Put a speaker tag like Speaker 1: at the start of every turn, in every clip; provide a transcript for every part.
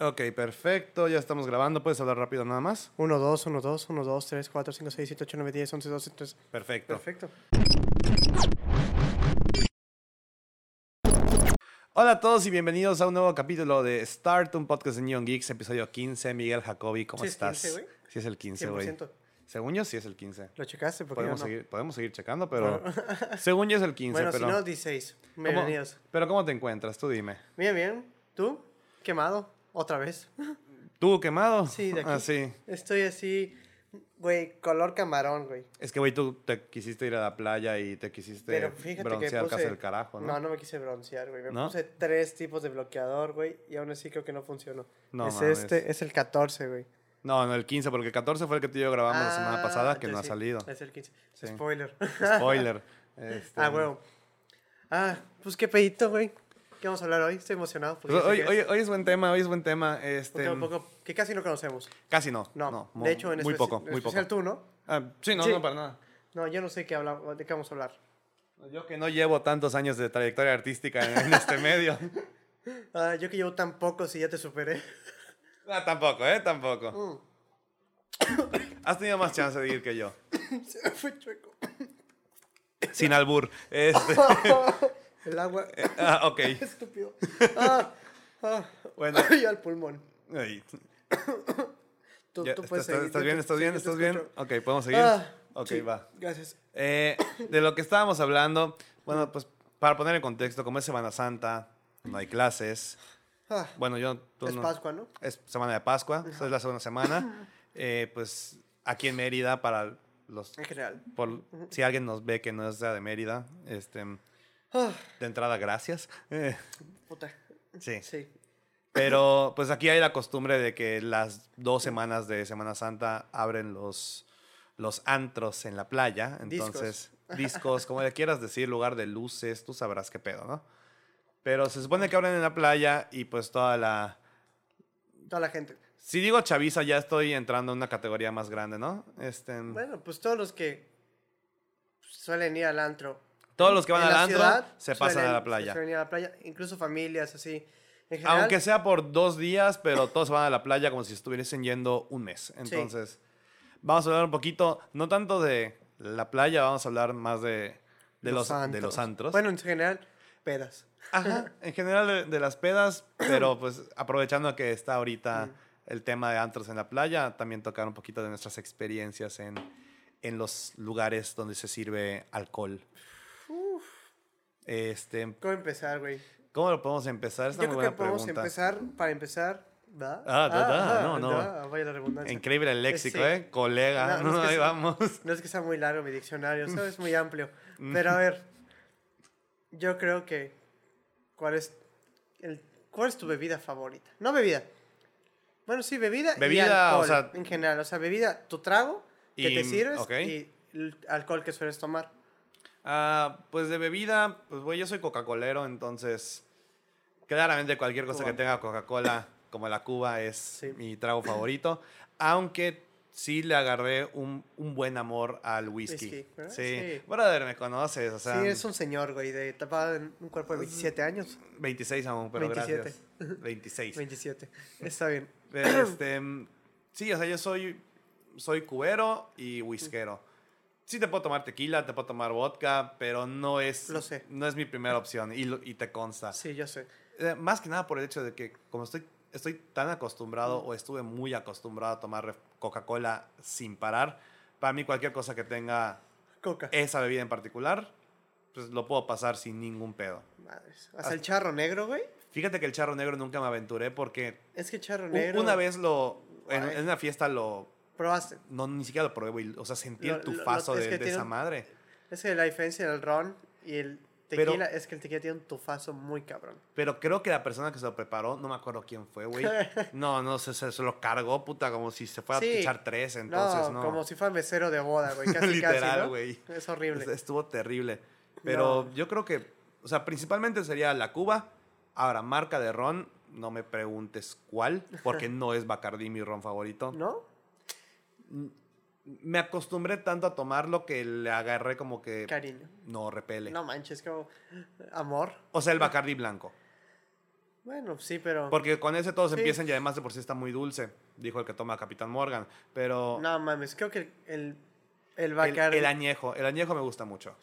Speaker 1: Ok, perfecto. Ya estamos grabando. ¿Puedes hablar rápido nada más?
Speaker 2: 1, 2, 1, 2, 1, 2, 3, 4, 5, 6, 7, 8, 9, 10, 11, 12, 13.
Speaker 1: Perfecto.
Speaker 2: Perfecto.
Speaker 1: Hola a todos y bienvenidos a un nuevo capítulo de Start, un podcast de Neon Geeks, episodio 15. Miguel Jacobi, ¿cómo
Speaker 2: Sí es
Speaker 1: estás?
Speaker 2: 15, güey.
Speaker 1: sí es el 15, güey.
Speaker 2: 100%.
Speaker 1: Según yo sí es el 15.
Speaker 2: Lo checaste porque
Speaker 1: Podemos,
Speaker 2: yo no.
Speaker 1: seguir, podemos seguir checando, pero según yo es el 15.
Speaker 2: Bueno,
Speaker 1: pero,
Speaker 2: si no, 16.
Speaker 1: ¿cómo-
Speaker 2: Bienvenidos.
Speaker 1: pero ¿cómo te encuentras? Tú dime.
Speaker 2: Bien, bien. ¿Tú? Quemado. Otra vez.
Speaker 1: ¿Tú quemado?
Speaker 2: Sí, de aquí.
Speaker 1: Ah, sí.
Speaker 2: Estoy así, güey, color camarón, güey.
Speaker 1: Es que, güey, tú te quisiste ir a la playa y te quisiste
Speaker 2: Pero fíjate
Speaker 1: broncear
Speaker 2: que puse...
Speaker 1: casi el carajo, ¿no?
Speaker 2: No, me quise broncear, güey. Me
Speaker 1: ¿No?
Speaker 2: puse tres tipos de bloqueador, güey, y aún así creo que no funcionó.
Speaker 1: No
Speaker 2: es
Speaker 1: mames.
Speaker 2: este, es el 14, güey.
Speaker 1: No, no, el 15, porque el 14 fue el que tú y yo grabamos la semana
Speaker 2: Ah,
Speaker 1: pasada, que no ha
Speaker 2: entonces sí,
Speaker 1: salido.
Speaker 2: Es el 15.
Speaker 1: Sí.
Speaker 2: Spoiler.
Speaker 1: Spoiler. Este,
Speaker 2: ah, huevo. Ah, pues qué pedito, güey. ¿Qué vamos a hablar hoy? Estoy emocionado.
Speaker 1: pues,
Speaker 2: Porque
Speaker 1: hoy,
Speaker 2: hoy,
Speaker 1: hoy- hoy es buen tema, hoy es buen tema. Este,
Speaker 2: un poco que casi no conocemos.
Speaker 1: Casi no.
Speaker 2: No,
Speaker 1: mu-
Speaker 2: de hecho, en
Speaker 1: muy
Speaker 2: especi-
Speaker 1: poco,
Speaker 2: en
Speaker 1: muy poco.
Speaker 2: especial tú, ¿no?
Speaker 1: Ah, sí, no,
Speaker 2: Sí.
Speaker 1: no, para nada.
Speaker 2: No, yo no sé qué hablamos, de qué vamos a hablar.
Speaker 1: Yo que no llevo tantos años de trayectoria artística en, en este medio.
Speaker 2: Ah, yo que llevo tan poco si ya te superé.
Speaker 1: No, tampoco, ¿eh? Tampoco.
Speaker 2: Mm.
Speaker 1: Has tenido más chance de ir que yo.
Speaker 2: Se me fue chueco.
Speaker 1: Sin albur. Este,
Speaker 2: El agua,
Speaker 1: ah, ok.
Speaker 2: estúpido. Ah, ah,
Speaker 1: Bueno.
Speaker 2: yo al pulmón.
Speaker 1: Ahí.
Speaker 2: Tú,
Speaker 1: Ya,
Speaker 2: tú
Speaker 1: ¿estás-
Speaker 2: puedes
Speaker 1: ¿Estás,
Speaker 2: seguir,
Speaker 1: estás
Speaker 2: yo
Speaker 1: bien?
Speaker 2: te-
Speaker 1: ¿Estás
Speaker 2: sí,
Speaker 1: bien?
Speaker 2: yo te
Speaker 1: ¿Estás bien?
Speaker 2: escucho.
Speaker 1: Ok, ¿podemos seguir?
Speaker 2: Ah,
Speaker 1: ok,
Speaker 2: sí,
Speaker 1: va.
Speaker 2: Gracias.
Speaker 1: Eh, de lo que estábamos hablando, bueno, pues para poner en contexto, como es Semana Santa, no hay clases.
Speaker 2: Ah,
Speaker 1: Bueno, yo... tú
Speaker 2: es
Speaker 1: no-
Speaker 2: Pascua, ¿no?
Speaker 1: Es Semana de Pascua, esa es la segunda semana. Eh, pues aquí en Mérida, para los...
Speaker 2: En general.
Speaker 1: por- si alguien nos ve que no sea de Mérida, este,
Speaker 2: Ah,
Speaker 1: de entrada, gracias. Eh,
Speaker 2: puta.
Speaker 1: sí.
Speaker 2: Sí.
Speaker 1: Pero pues aquí hay la costumbre de que las dos semanas de Semana Santa abren los, los antros en la playa. Entonces, discos, como le quieras decir, lugar de luces, tú sabrás qué pedo, ¿no? Pero se supone que abren en la playa y pues toda la...
Speaker 2: Toda la gente.
Speaker 1: Si digo chaviza, ya estoy entrando en una categoría más grande, ¿no? Este,
Speaker 2: Bueno, pues todos los que suelen ir al antro.
Speaker 1: todos los que van
Speaker 2: en
Speaker 1: al
Speaker 2: la
Speaker 1: antro
Speaker 2: ciudad
Speaker 1: se pasan
Speaker 2: suelen-
Speaker 1: a la playa.
Speaker 2: Suelen ir a la playa, incluso familias así. En general,
Speaker 1: Aunque sea por dos días, pero todos van a la playa como si estuviesen yendo un mes. Entonces, vamos a hablar un poquito, no tanto de la playa, vamos a hablar más de, de, los, de los antros.
Speaker 2: Bueno, eh. en general, pedas.
Speaker 1: Ajá, en general de, de las pedas, pero pues aprovechando que está ahorita
Speaker 2: Mm.
Speaker 1: el tema de antros en la playa, también tocar un poquito de nuestras experiencias en, en los lugares donde se sirve alcohol. Este,
Speaker 2: ¿Cómo empezar, güey?
Speaker 1: ¿Cómo lo podemos empezar? Esta
Speaker 2: Yo
Speaker 1: muy
Speaker 2: creo
Speaker 1: buena
Speaker 2: que podemos
Speaker 1: pregunta.
Speaker 2: empezar, para empezar, ¿da?
Speaker 1: Ah, da, da, no, no.
Speaker 2: vaya la redundancia.
Speaker 1: Increíble el léxico,
Speaker 2: Sí.
Speaker 1: ¿eh? Colega,
Speaker 2: No, no es que
Speaker 1: ahí
Speaker 2: sea-
Speaker 1: vamos.
Speaker 2: No es que sea muy largo mi diccionario, ¿sabes?
Speaker 1: Mm.
Speaker 2: Es muy amplio. Pero a ver, yo creo que. ¿Cuál es, el, ¿Cuál es tu bebida favorita? No bebida. Bueno, sí, bebida. y
Speaker 1: Bebida, o
Speaker 2: alcohol,
Speaker 1: sea-
Speaker 2: En general, o sea, bebida, tu trago que
Speaker 1: Y- mm,
Speaker 2: te sirves
Speaker 1: ok.
Speaker 2: y el alcohol que sueles tomar.
Speaker 1: Ah, pues de bebida, pues güey, yo soy Coca-Colero, entonces claramente cualquier cosa
Speaker 2: Cuba.
Speaker 1: que tenga Coca-Cola, como la Cuba, es
Speaker 2: Sí.
Speaker 1: mi trago favorito. Aunque sí le agarré un, un buen amor al whisky.
Speaker 2: Whisky, ¿verdad?
Speaker 1: sí.
Speaker 2: Sí.
Speaker 1: Brother, me conoces, o sea, mm.
Speaker 2: sí, eres un señor, güey, de tapado en un cuerpo de 27 años.
Speaker 1: 26 aún, pero
Speaker 2: 27.
Speaker 1: gracias. 26.
Speaker 2: 27. Está bien.
Speaker 1: Pero, este, mm, sí, o sea, yo soy, soy cubero y whiskero. Sí te puedo tomar tequila, te puedo tomar vodka, pero no es,
Speaker 2: Lo sé.
Speaker 1: No es mi primera opción y, lo- y te consta.
Speaker 2: Sí, yo sé.
Speaker 1: Eh, más que nada por el hecho de que como estoy, estoy tan acostumbrado o estuve muy acostumbrado a tomar ref- Coca-Cola sin parar, para mí cualquier cosa que tenga
Speaker 2: Coca.
Speaker 1: esa bebida en particular, pues lo puedo pasar sin ningún pedo.
Speaker 2: Madres. Hasta
Speaker 1: ah.
Speaker 2: el charro negro, güey.
Speaker 1: Fíjate que el charro negro nunca me aventuré porque
Speaker 2: Es que el charro
Speaker 1: u-
Speaker 2: negro.
Speaker 1: una vez lo... En,
Speaker 2: Ay.
Speaker 1: en una fiesta lo,
Speaker 2: Probaste.
Speaker 1: No, ni siquiera lo probé, güey. O sea, sentí
Speaker 2: Lo-
Speaker 1: el
Speaker 2: lo- lo-
Speaker 1: tufazo
Speaker 2: es
Speaker 1: de,
Speaker 2: que
Speaker 1: de
Speaker 2: tiene
Speaker 1: esa
Speaker 2: un-
Speaker 1: madre.
Speaker 2: Es que la diferencia del ron y el
Speaker 1: Pero-
Speaker 2: tequila es que el tequila tiene un tufazo muy cabrón.
Speaker 1: Pero creo que la persona que se lo preparó, no me acuerdo quién fue, güey. No, no, se, se, se lo cargó, puta, como si se fuera
Speaker 2: Sí.
Speaker 1: a echar tres, entonces, ¿no?
Speaker 2: como si fuera mesero de boda, güey. Casi, casi,
Speaker 1: Literal,
Speaker 2: ¿no?
Speaker 1: güey.
Speaker 2: Es horrible.
Speaker 1: Es- Estuvo terrible. Pero
Speaker 2: No.
Speaker 1: yo creo que, o sea, principalmente sería la Cuba. Ahora, marca de ron, no me preguntes cuál, porque no es Bacardi mi ron favorito.
Speaker 2: ¿No?
Speaker 1: Me acostumbré tanto a tomarlo que le agarré como que...
Speaker 2: Cariño.
Speaker 1: No, repele.
Speaker 2: No manches, como amor.
Speaker 1: O sea, el Bacardi blanco.
Speaker 2: Bueno, sí, pero.
Speaker 1: Porque con ese todos
Speaker 2: Sí.
Speaker 1: empiezan y además de por sí está muy dulce, dijo el que toma Capitán Morgan. Pero
Speaker 2: No mames, creo que el, el
Speaker 1: el,
Speaker 2: Bacardi.
Speaker 1: el añejo, el añejo me gusta mucho.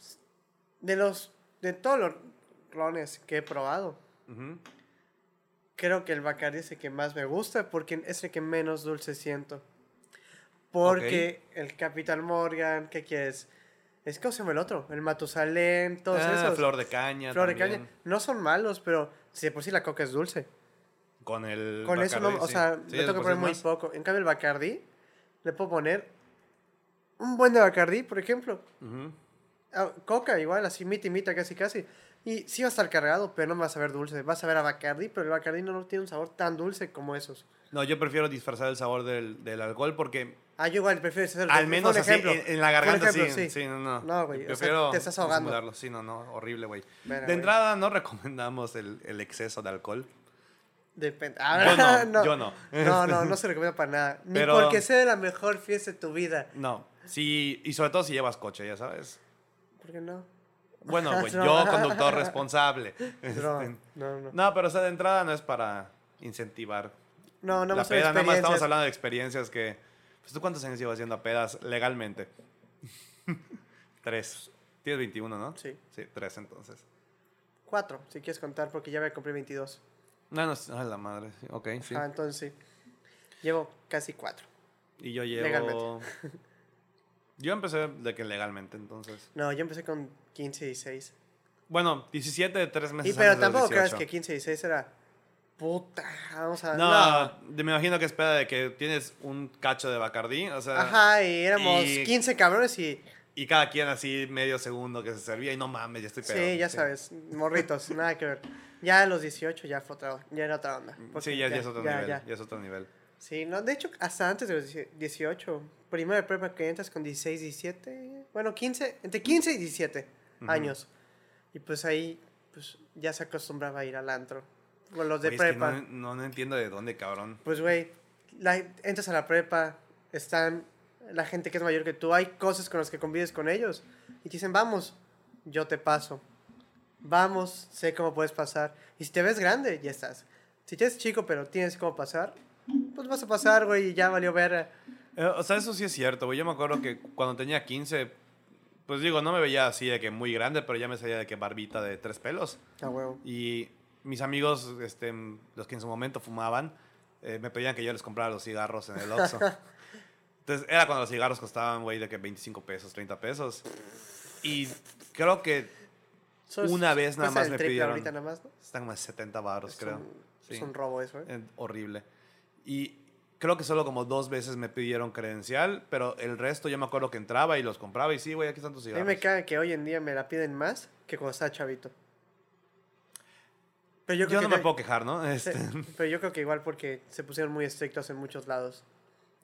Speaker 2: De los. De todos los clones que he probado,
Speaker 1: Ujú.
Speaker 2: creo que el Bacardi es el que más me gusta porque es el que menos dulce siento. Porque el Capitán Morgan, ¿qué quieres? Es que se llama el otro, el Matusalén, todos
Speaker 1: Ah,
Speaker 2: esos.
Speaker 1: Flor de caña.
Speaker 2: Flor de
Speaker 1: también.
Speaker 2: caña. No son malos, pero si de por sí la coca es dulce.
Speaker 1: Con el.
Speaker 2: Con eso no,
Speaker 1: Bacardí,
Speaker 2: o
Speaker 1: sí.
Speaker 2: sea,
Speaker 1: Sí,
Speaker 2: le
Speaker 1: de
Speaker 2: tengo que
Speaker 1: por sí
Speaker 2: poner
Speaker 1: es
Speaker 2: muy
Speaker 1: más.
Speaker 2: poco. En cambio, el Bacardí, le puedo poner un buen de Bacardí, por ejemplo.
Speaker 1: Ujú.
Speaker 2: Ah, Coca, igual, así mitad y mitad, casi casi. Y sí va a estar cargado, pero no me vas a ver dulce. Vas a ver a Bacardí, pero el Bacardí no, no tiene un sabor tan dulce como esos.
Speaker 1: No, yo prefiero disfrazar el sabor del, del alcohol porque
Speaker 2: Ah, yo igual prefiero hacer
Speaker 1: al menos
Speaker 2: un
Speaker 1: así
Speaker 2: ejemplo.
Speaker 1: en, en la
Speaker 2: Fue un
Speaker 1: garganta
Speaker 2: ejemplo,
Speaker 1: sí, sí. no, no.
Speaker 2: No, güey, o sea,
Speaker 1: Prefiero
Speaker 2: te estás ahogando.
Speaker 1: disimularlo. Sí, no, no, horrible, güey.
Speaker 2: Mira,
Speaker 1: de
Speaker 2: güey.
Speaker 1: entrada no recomendamos el, el exceso de alcohol.
Speaker 2: Depende.
Speaker 1: Yo
Speaker 2: Ah,
Speaker 1: no, yo no.
Speaker 2: No, no, no se recomienda para nada. Ni
Speaker 1: Pero-
Speaker 2: porque sea la mejor fiesta de tu vida.
Speaker 1: No, sí, y sobre todo si llevas coche, ya sabes.
Speaker 2: ¿Por qué no?
Speaker 1: Bueno, güey,
Speaker 2: No.
Speaker 1: yo conductor responsable.
Speaker 2: No,
Speaker 1: Este,
Speaker 2: no, no.
Speaker 1: No, pero o sea, de entrada no es para incentivar.
Speaker 2: No, no,
Speaker 1: la
Speaker 2: más son
Speaker 1: peda, nada más estamos
Speaker 2: experiencias.
Speaker 1: hablando de experiencias que... Pues, ¿Tú cuántos años llevas haciendo a pedas legalmente? tres. Tienes 21, ¿no?
Speaker 2: Sí.
Speaker 1: Sí, tres entonces.
Speaker 2: Cuatro, si quieres contar, porque ya me compré 22.
Speaker 1: No, no, a la madre. sí, Ok, sí.
Speaker 2: Ah, entonces sí. Llevo casi cuatro.
Speaker 1: Y yo llevo...
Speaker 2: Legalmente.
Speaker 1: Yo empecé de que legalmente, entonces.
Speaker 2: No, yo empecé con 15 y 16.
Speaker 1: Bueno, 17 de tres meses
Speaker 2: Y pero
Speaker 1: antes de los
Speaker 2: tampoco creas
Speaker 1: 18.
Speaker 2: que 15 y 16 era puta. Vamos a.
Speaker 1: No, de- me imagino que espera de que tienes un cacho de Bacardí, o sea,
Speaker 2: Ajá, y éramos
Speaker 1: Y-
Speaker 2: 15 cabrones y.
Speaker 1: y cada quien así medio segundo que se servía y no mames, ya estoy pedo.
Speaker 2: sí, ya sabes, morritos, nada que ver. Ya a los 18 ya fue otra, ya era otra onda. porque
Speaker 1: Mm, Sí, ya, ya es otro
Speaker 2: Pues ya,
Speaker 1: nivel,
Speaker 2: ya.
Speaker 1: ya es otro nivel.
Speaker 2: Sí, no, de hecho, hasta antes de los 18, primero de prepa que entras con 16, 17, bueno, 15, entre 15 y 17
Speaker 1: Ujú.
Speaker 2: años. Y pues ahí, pues ya se acostumbraba a ir al antro. Con los de
Speaker 1: Oye, es que
Speaker 2: prepa.
Speaker 1: no, no, no entiendo de dónde, cabrón.
Speaker 2: Pues güey, la- entras a la prepa, están la gente que es mayor que tú, hay cosas con las que convives con ellos. Y te dicen, vamos, yo te paso. Vamos, sé cómo puedes pasar. Y si te ves grande, ya estás. Si te ves chico, pero tienes cómo pasar, pues vas a pasar, güey, y ya valió ver.
Speaker 1: Eh, o sea, eso sí es cierto, güey. Yo me acuerdo que cuando tenía 15, pues digo, no me veía así de que muy grande, pero ya me salía de que barbita de tres pelos.
Speaker 2: A huevo.
Speaker 1: Y mis amigos, este, los que en su momento fumaban, eh, me pedían que yo les comprara los cigarros en el Oxxo. Entonces, era cuando los cigarros costaban, güey, de que 25 pesos, 30 pesos. Y creo que
Speaker 2: Eso es-
Speaker 1: Una vez nada
Speaker 2: cuesta
Speaker 1: más
Speaker 2: el
Speaker 1: me
Speaker 2: triple
Speaker 1: pidieron.
Speaker 2: ahorita nada más, ¿no?
Speaker 1: están como en 70 baros,
Speaker 2: Es
Speaker 1: creo.
Speaker 2: un-
Speaker 1: Sí.
Speaker 2: Es un robo eso, ¿eh?
Speaker 1: Eh, Horrible. Y creo que solo como dos veces me pidieron credencial, pero el resto yo me acuerdo que entraba y los compraba y sí, güey, aquí están tus
Speaker 2: A mí
Speaker 1: cigarros.
Speaker 2: me caga que hoy en día me la piden más que cuando estaba chavito. Pero
Speaker 1: yo
Speaker 2: creo
Speaker 1: no
Speaker 2: que
Speaker 1: me puedo quejar, ¿no?
Speaker 2: Sí,
Speaker 1: Este,
Speaker 2: pero yo creo que igual porque se pusieron muy estrictos en muchos lados.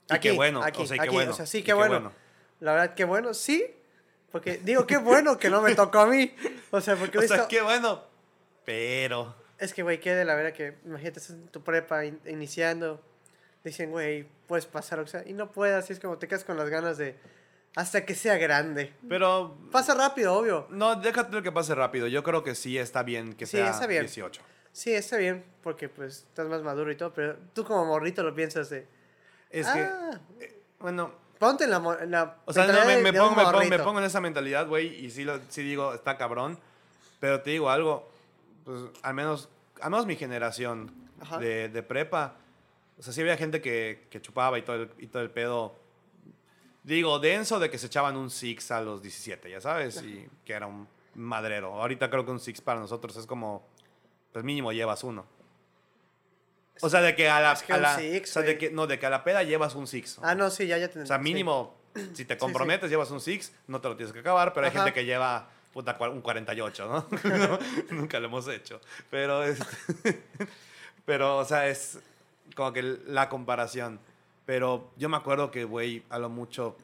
Speaker 1: y qué bueno, o sea, y qué
Speaker 2: aquí,
Speaker 1: bueno.
Speaker 2: o sea, sí,
Speaker 1: y
Speaker 2: qué, bueno. La verdad, qué bueno, sí. Porque digo, qué bueno que no me tocó a mí. O sea, porque
Speaker 1: O sea,
Speaker 2: esto-
Speaker 1: qué bueno, pero...
Speaker 2: es que, güey, qué de la verdad que, imagínate, estás en tu prepa in- iniciando. Dicen, güey, puedes pasar, o sea, y no puedes. Así es como te quedas con las ganas de hasta que sea grande.
Speaker 1: Pero
Speaker 2: Pasa rápido, obvio.
Speaker 1: No, déjate lo que pase rápido. Yo creo que sí está bien que
Speaker 2: Sí,
Speaker 1: sea
Speaker 2: está bien.
Speaker 1: 18.
Speaker 2: Sí, está bien, porque pues estás más maduro y todo, pero tú como morrito lo piensas de.
Speaker 1: Es
Speaker 2: ah,
Speaker 1: que, bueno,
Speaker 2: Ponte en la, mo- en la
Speaker 1: o sea, no,
Speaker 2: mentalidad
Speaker 1: me,
Speaker 2: de-
Speaker 1: me
Speaker 2: de un
Speaker 1: pongo, me, pongo, me
Speaker 2: morrito.
Speaker 1: pongo en esa mentalidad, güey, y sí, lo, sí digo, está cabrón. Pero te digo algo, pues al menos, al menos mi generación
Speaker 2: Ajá.
Speaker 1: de, de prepa, o sea, sí había gente que, que chupaba y todo, el, y todo el pedo. Digo, denso de que se echaban un six a los 17, ya sabes, y que era un madrero. Ahorita creo que un six para nosotros es como, pues mínimo llevas uno. O sea, de que a la,
Speaker 2: Es que
Speaker 1: a
Speaker 2: un
Speaker 1: la-
Speaker 2: six,
Speaker 1: o sea, de
Speaker 2: güey.
Speaker 1: que, no, de que a la peda llevas un six.
Speaker 2: Ah, no, sí, ya, ya
Speaker 1: O
Speaker 2: tendré.
Speaker 1: sea, mínimo, si te comprometes, llevas un six, no te lo tienes que acabar, pero hay
Speaker 2: Ajá.
Speaker 1: gente que lleva puta, cua- un 48, ¿no? No, Nunca lo hemos hecho. Pero, es, pero, o sea, es como que la comparación. Pero yo me acuerdo que, güey, a lo mucho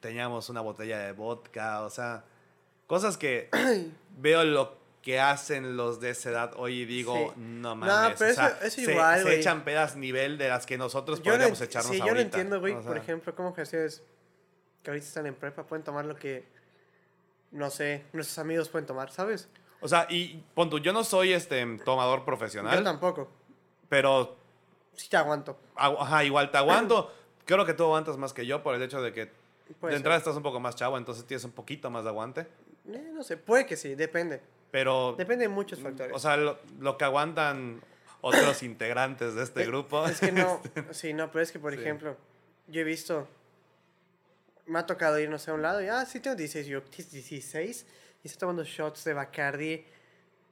Speaker 1: teníamos una botella de vodka, o sea, cosas que veo lo que hacen los de esa edad hoy y digo,
Speaker 2: Sí.
Speaker 1: no
Speaker 2: No,
Speaker 1: mames.
Speaker 2: pero
Speaker 1: o sea,
Speaker 2: eso- eso
Speaker 1: se,
Speaker 2: igual,
Speaker 1: se
Speaker 2: güey.
Speaker 1: echan pedas nivel de las que nosotros
Speaker 2: Yo no,
Speaker 1: podríamos
Speaker 2: ent-
Speaker 1: echarnos
Speaker 2: sí, yo
Speaker 1: ahorita.
Speaker 2: no entiendo, güey,
Speaker 1: o sea.
Speaker 2: por ejemplo, cómo generaciones que ahorita están en prepa pueden tomar lo que, no sé, nuestros amigos pueden tomar, ¿sabes?
Speaker 1: O sea, y pon tú, yo no soy este tomador
Speaker 2: Yo
Speaker 1: profesional,
Speaker 2: tampoco.
Speaker 1: pero
Speaker 2: Sí te aguanto.
Speaker 1: agu- ajá, igual te aguanto. Creo que tú aguantas más que yo por el hecho de que de
Speaker 2: Puede ser.
Speaker 1: entrada estás un poco más chavo, entonces tienes un poquito más de aguante.
Speaker 2: Eh, no sé, puede que sí, depende.
Speaker 1: Pero,
Speaker 2: Depende de muchos factores.
Speaker 1: o sea, lo, lo que aguantan otros integrantes de este
Speaker 2: Eh,
Speaker 1: grupo. Este,
Speaker 2: Es que no, sí, no, pero es que, por
Speaker 1: Sí.
Speaker 2: ejemplo, yo he visto, me ha tocado ir, no sé, a un lado y, ah, sí tengo 16, yo, "¿Tienes 16, y está tomando shots de Bacardi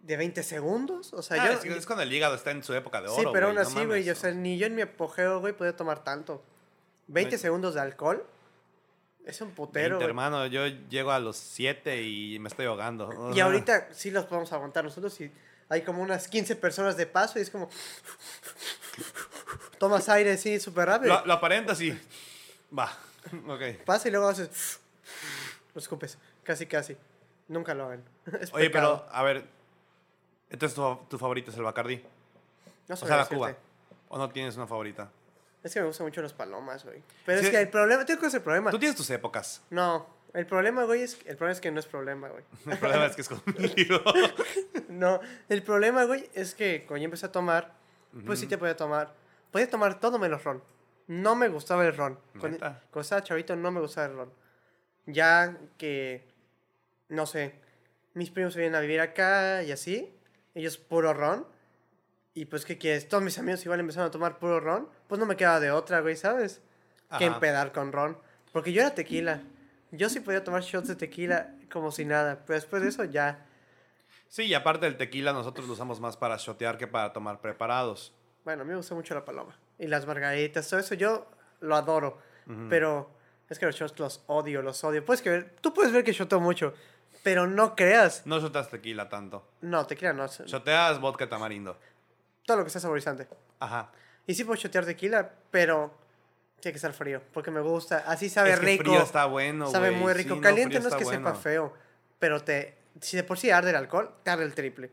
Speaker 2: de 20 segundos, o sea,
Speaker 1: Ah,
Speaker 2: yo...
Speaker 1: es, que es cuando el hígado está en su época de oro.
Speaker 2: sí, pero aún
Speaker 1: no
Speaker 2: así, güey,
Speaker 1: mames,
Speaker 2: yo, o sea, ni yo en mi apogeo, güey, podía tomar tanto. 20
Speaker 1: Güey.
Speaker 2: segundos de alcohol es un
Speaker 1: Veinte,
Speaker 2: putero, güey.
Speaker 1: hermano, yo llego a los 7 y me estoy ahogando.
Speaker 2: Y ahorita sí los podemos aguantar nosotros y hay como unas 15 personas de paso y es como... Tomas aire, sí, súper rápido.
Speaker 1: Lo, lo aparentas y. Va. Ok.
Speaker 2: pasa y luego haces. Lo escupes. Casi, casi. Nunca lo hagan. Es
Speaker 1: Oye,
Speaker 2: pecado.
Speaker 1: pero, a ver. Entonces tu, tu favorito es el Bacardi.
Speaker 2: No
Speaker 1: O sea,
Speaker 2: sabría
Speaker 1: la
Speaker 2: decirte.
Speaker 1: Cuba. ¿O no tienes una favorita?
Speaker 2: Es que me gustan mucho los palomas, güey. Pero
Speaker 1: Sí.
Speaker 2: es que el problema. ¿Tú cuál es el problema?
Speaker 1: Tú tienes tus épocas.
Speaker 2: No. El problema, güey, es. El problema es que no es problema, güey.
Speaker 1: El problema es que es conmigo.
Speaker 2: No. El problema, güey, es que cuando yo empecé a tomar, pues sí te podía tomar. Podía tomar todo menos ron. No me gustaba el ron. Cuando,
Speaker 1: ¿Neta?
Speaker 2: cuando estaba chavito, no me gustaba el ron. Ya que. No sé. Mis primos se vienen a vivir acá y así. Ellos puro ron. Y pues, ¿qué quieres? Todos mis amigos igual empezaron a tomar puro ron. Pues no me quedaba de otra, güey, ¿sabes? Que
Speaker 1: Ajá.
Speaker 2: empedar con ron. Porque yo era tequila. Yo sí podía tomar shots de tequila como si nada. Pero después de eso ya.
Speaker 1: Sí, y aparte del tequila, nosotros lo usamos más para shotear que para tomar preparados.
Speaker 2: Bueno, a mí me gusta mucho la paloma. Y las margaritas, todo eso, yo lo adoro. Pero es que los shots los odio, los odio. Puedes que ver, tú puedes ver que shoteo mucho, pero no creas.
Speaker 1: No shoteas tequila tanto.
Speaker 2: No, tequila no. es-
Speaker 1: Shoteas vodka tamarindo.
Speaker 2: Todo lo que sea saborizante.
Speaker 1: Ajá.
Speaker 2: Y sí puedo shotear tequila, pero tiene que estar frío, porque me gusta. Así sabe
Speaker 1: es que
Speaker 2: rico.
Speaker 1: frío está bueno,
Speaker 2: sabe
Speaker 1: güey.
Speaker 2: muy
Speaker 1: Sí,
Speaker 2: rico.
Speaker 1: no,
Speaker 2: Caliente
Speaker 1: frío
Speaker 2: no es
Speaker 1: está
Speaker 2: que sepa
Speaker 1: bueno.
Speaker 2: feo, pero te si de por sí arde el alcohol, te arde el triple.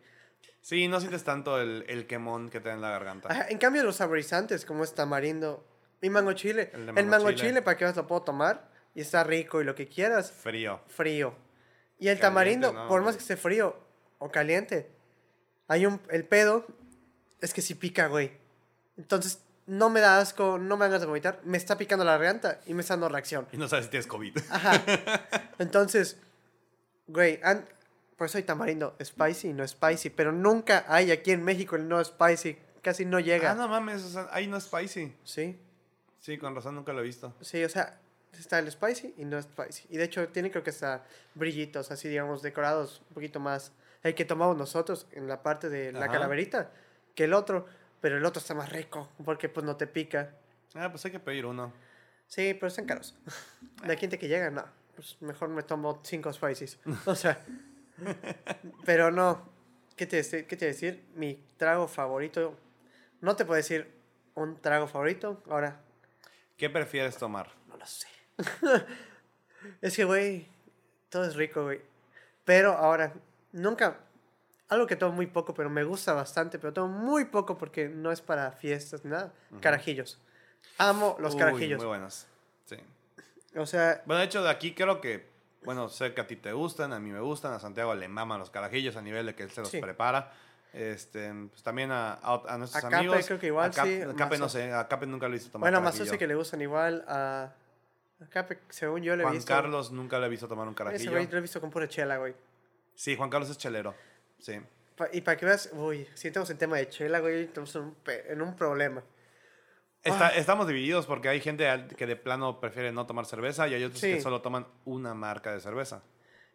Speaker 1: Sí, no sientes tanto el, el quemón que te da en la garganta.
Speaker 2: Ajá, En cambio, los saborizantes, como es tamarindo y mango chile.
Speaker 1: El
Speaker 2: El
Speaker 1: de
Speaker 2: mango,
Speaker 1: mango
Speaker 2: chile.
Speaker 1: chile,
Speaker 2: para que veas, lo puedo tomar y está rico y lo que quieras,
Speaker 1: Frío.
Speaker 2: frío. Y el
Speaker 1: Caliente,
Speaker 2: tamarindo,
Speaker 1: no,
Speaker 2: por
Speaker 1: güey.
Speaker 2: más que esté frío o caliente, hay un. El pedo es que si pica, güey. Entonces, no me da asco, no me hagas de vomitar, me está picando la garganta y me está dando reacción.
Speaker 1: Y no sabes si tienes COVID.
Speaker 2: Ajá. Entonces, güey, an- por eso hay tamarindo spicy y no spicy, pero nunca hay aquí en México el no spicy, casi no llega.
Speaker 1: Ah, no mames, o sea, ahí no es spicy.
Speaker 2: Sí,
Speaker 1: Sí, con razón nunca lo he visto.
Speaker 2: sí, o sea, está el spicy y no spicy. Y de hecho tiene creo que hasta brillitos, así digamos, decorados un poquito más. El que tomamos nosotros en la parte de la
Speaker 1: Ajá.
Speaker 2: calaverita que el otro, pero el otro está más rico porque pues no te pica.
Speaker 1: Ah, pues hay que pedir uno.
Speaker 2: Sí, pero están caros. De aquí gente que llega, no. Pues mejor me tomo cinco spices. O sea, pero no. ¿Qué te, dece- ¿Qué te decir? Mi trago favorito. No te puedo decir un trago favorito. Ahora,
Speaker 1: ¿Qué prefieres tomar?
Speaker 2: no lo sé. es que, güey, todo es rico, güey. Pero ahora, nunca. Algo que tomo muy poco, pero me gusta bastante, pero tomo muy poco porque no es para fiestas, nada. Carajillos. Amo los
Speaker 1: Uy,
Speaker 2: carajillos.
Speaker 1: Muy buenos. Sí.
Speaker 2: O sea,
Speaker 1: Bueno, de hecho, de aquí creo que, bueno, sé que a ti te gustan, a mí me gustan, a Santiago le maman los carajillos a nivel de que él se los
Speaker 2: Sí.
Speaker 1: prepara. Este, pues también a, a- a nuestros
Speaker 2: A Cape
Speaker 1: amigos.
Speaker 2: creo que igual,
Speaker 1: a Cap-
Speaker 2: sí,
Speaker 1: A Cape no
Speaker 2: Mazo.
Speaker 1: sé, a Cape nunca lo he visto tomar
Speaker 2: Bueno, más
Speaker 1: carajillo.
Speaker 2: sé que le gustan igual a. Acá, pe- según yo le he
Speaker 1: Juan
Speaker 2: visto.
Speaker 1: Carlos nunca le he visto tomar un
Speaker 2: Ese
Speaker 1: carajillo.
Speaker 2: güey lo he visto con pura chela, güey.
Speaker 1: Sí, Juan Carlos es chelero. Sí.
Speaker 2: Pa- y para que veas, uy, si estamos en tema de chela, güey, estamos en un, pe- en un problema.
Speaker 1: Está- estamos divididos porque hay gente al- que de plano prefiere no tomar cerveza y hay otros
Speaker 2: Sí.
Speaker 1: que solo toman una marca de cerveza.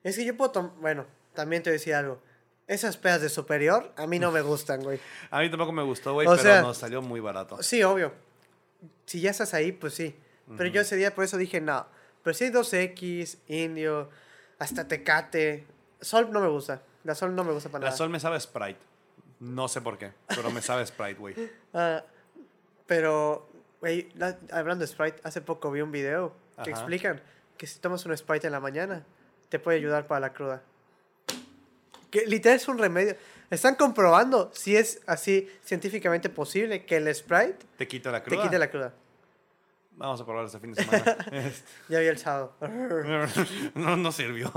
Speaker 2: Es que yo puedo tomar. Bueno, también te voy a decir algo. Esas pedas de superior a mí no me gustan, güey.
Speaker 1: A mí tampoco me gustó, güey,
Speaker 2: O
Speaker 1: pero
Speaker 2: sea-
Speaker 1: nos salió muy barato.
Speaker 2: Sí, obvio. Si ya estás ahí, pues sí. Pero yo ese día por eso dije, no. Pero si hay 2X, Indio, hasta Tecate. Sol no me gusta. La Sol no me gusta para
Speaker 1: La
Speaker 2: nada.
Speaker 1: Sol me sabe a Sprite. No sé por qué, pero me sabe a Sprite, güey.
Speaker 2: Ah, pero, güey, la- hablando de Sprite, hace poco vi un video que
Speaker 1: Ajá.
Speaker 2: explican que si tomas un Sprite en la mañana, te puede ayudar para la cruda. Que literal es un remedio. Están comprobando si es así científicamente posible que el Sprite
Speaker 1: Te quita la
Speaker 2: te
Speaker 1: cruda.
Speaker 2: quite la cruda.
Speaker 1: Vamos a probar este fin de semana. Este,
Speaker 2: Ya vi el sábado.
Speaker 1: no, no sirvió.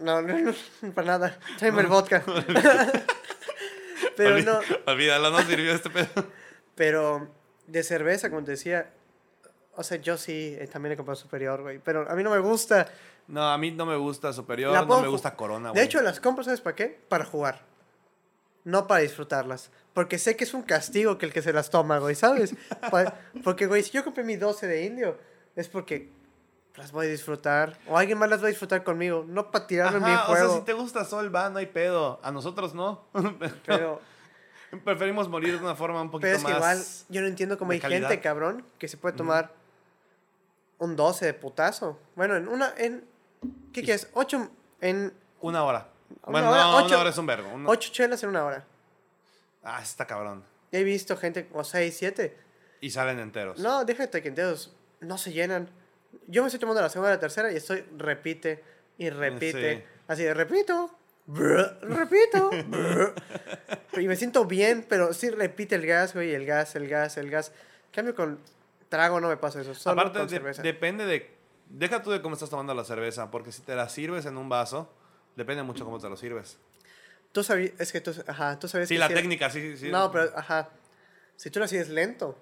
Speaker 2: No, no, no, para nada. Tráeme el vodka. Pero
Speaker 1: Olvi-
Speaker 2: no,
Speaker 1: Olvídalo, no sirvió este pedo.
Speaker 2: pero de cerveza, como te decía, o sea, yo sí eh, también he comprado superior, güey, pero a mí no me gusta.
Speaker 1: No, a mí no me gusta Superior,
Speaker 2: La
Speaker 1: no
Speaker 2: puedo
Speaker 1: me
Speaker 2: ju-
Speaker 1: gusta Corona,
Speaker 2: De
Speaker 1: güey.
Speaker 2: hecho, las compro, ¿sabes para qué? Para jugar. No para disfrutarlas. Porque sé que es un castigo que el que se las toma, güey, ¿sabes? Pa- porque, güey, si yo compré mi 12 de indio, es porque las voy a disfrutar. O alguien más las va a disfrutar conmigo. No para tirarme mi
Speaker 1: Ajá, o
Speaker 2: juego.
Speaker 1: sea, si te gusta Sol, va, no hay pedo. A nosotros no.
Speaker 2: Pero,
Speaker 1: Preferimos morir de una forma un poquito
Speaker 2: pero es que
Speaker 1: más.
Speaker 2: igual, yo no entiendo cómo
Speaker 1: de
Speaker 2: hay
Speaker 1: calidad.
Speaker 2: gente, cabrón, que se puede tomar un 12 de putazo. Bueno, en una, en. ¿Qué quieres? 8 en.
Speaker 1: Una hora.
Speaker 2: Una
Speaker 1: bueno,
Speaker 2: hora,
Speaker 1: no, una
Speaker 2: ocho-
Speaker 1: hora es un vergo. Una-
Speaker 2: ocho chelas en una hora.
Speaker 1: Ah, está cabrón.
Speaker 2: He visto gente, o 6, 7.
Speaker 1: Y salen enteros.
Speaker 2: No, déjate que enteros no se llenan. Yo me estoy tomando la segunda y la tercera y estoy repite y repite.
Speaker 1: Sí.
Speaker 2: Así de repito, brr, repito. brr. y me siento bien, pero sí repite el gas, güey, el gas, el gas, el gas. En cambio con trago no me pasa eso, solo
Speaker 1: Aparte,
Speaker 2: con
Speaker 1: de-
Speaker 2: cerveza.
Speaker 1: depende de. Deja tú de cómo estás tomando la cerveza, porque si te la sirves en un vaso, depende mucho cómo te lo sirves.
Speaker 2: Tú sabías, es que tú, ajá, tú sabías
Speaker 1: Sí,
Speaker 2: que
Speaker 1: la
Speaker 2: si-
Speaker 1: técnica, sí, sí.
Speaker 2: No, pero, ajá. Si tú lo haces lento,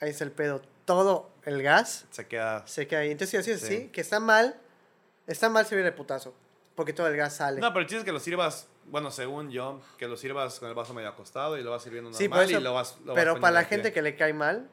Speaker 2: ahí es el pedo. Todo el gas
Speaker 1: Se queda.
Speaker 2: se queda ahí. Entonces, si así es
Speaker 1: Sí.
Speaker 2: así, que está mal, está mal se viene el putazo. Porque todo el gas sale.
Speaker 1: No, pero el chiste es que lo sirvas, bueno, según yo, que lo sirvas con el vaso medio acostado y lo vas sirviendo
Speaker 2: Sí, por
Speaker 1: normal
Speaker 2: eso,
Speaker 1: y lo vas. lo vas
Speaker 2: pero para
Speaker 1: poniendo
Speaker 2: la
Speaker 1: de pie.
Speaker 2: gente que le cae mal,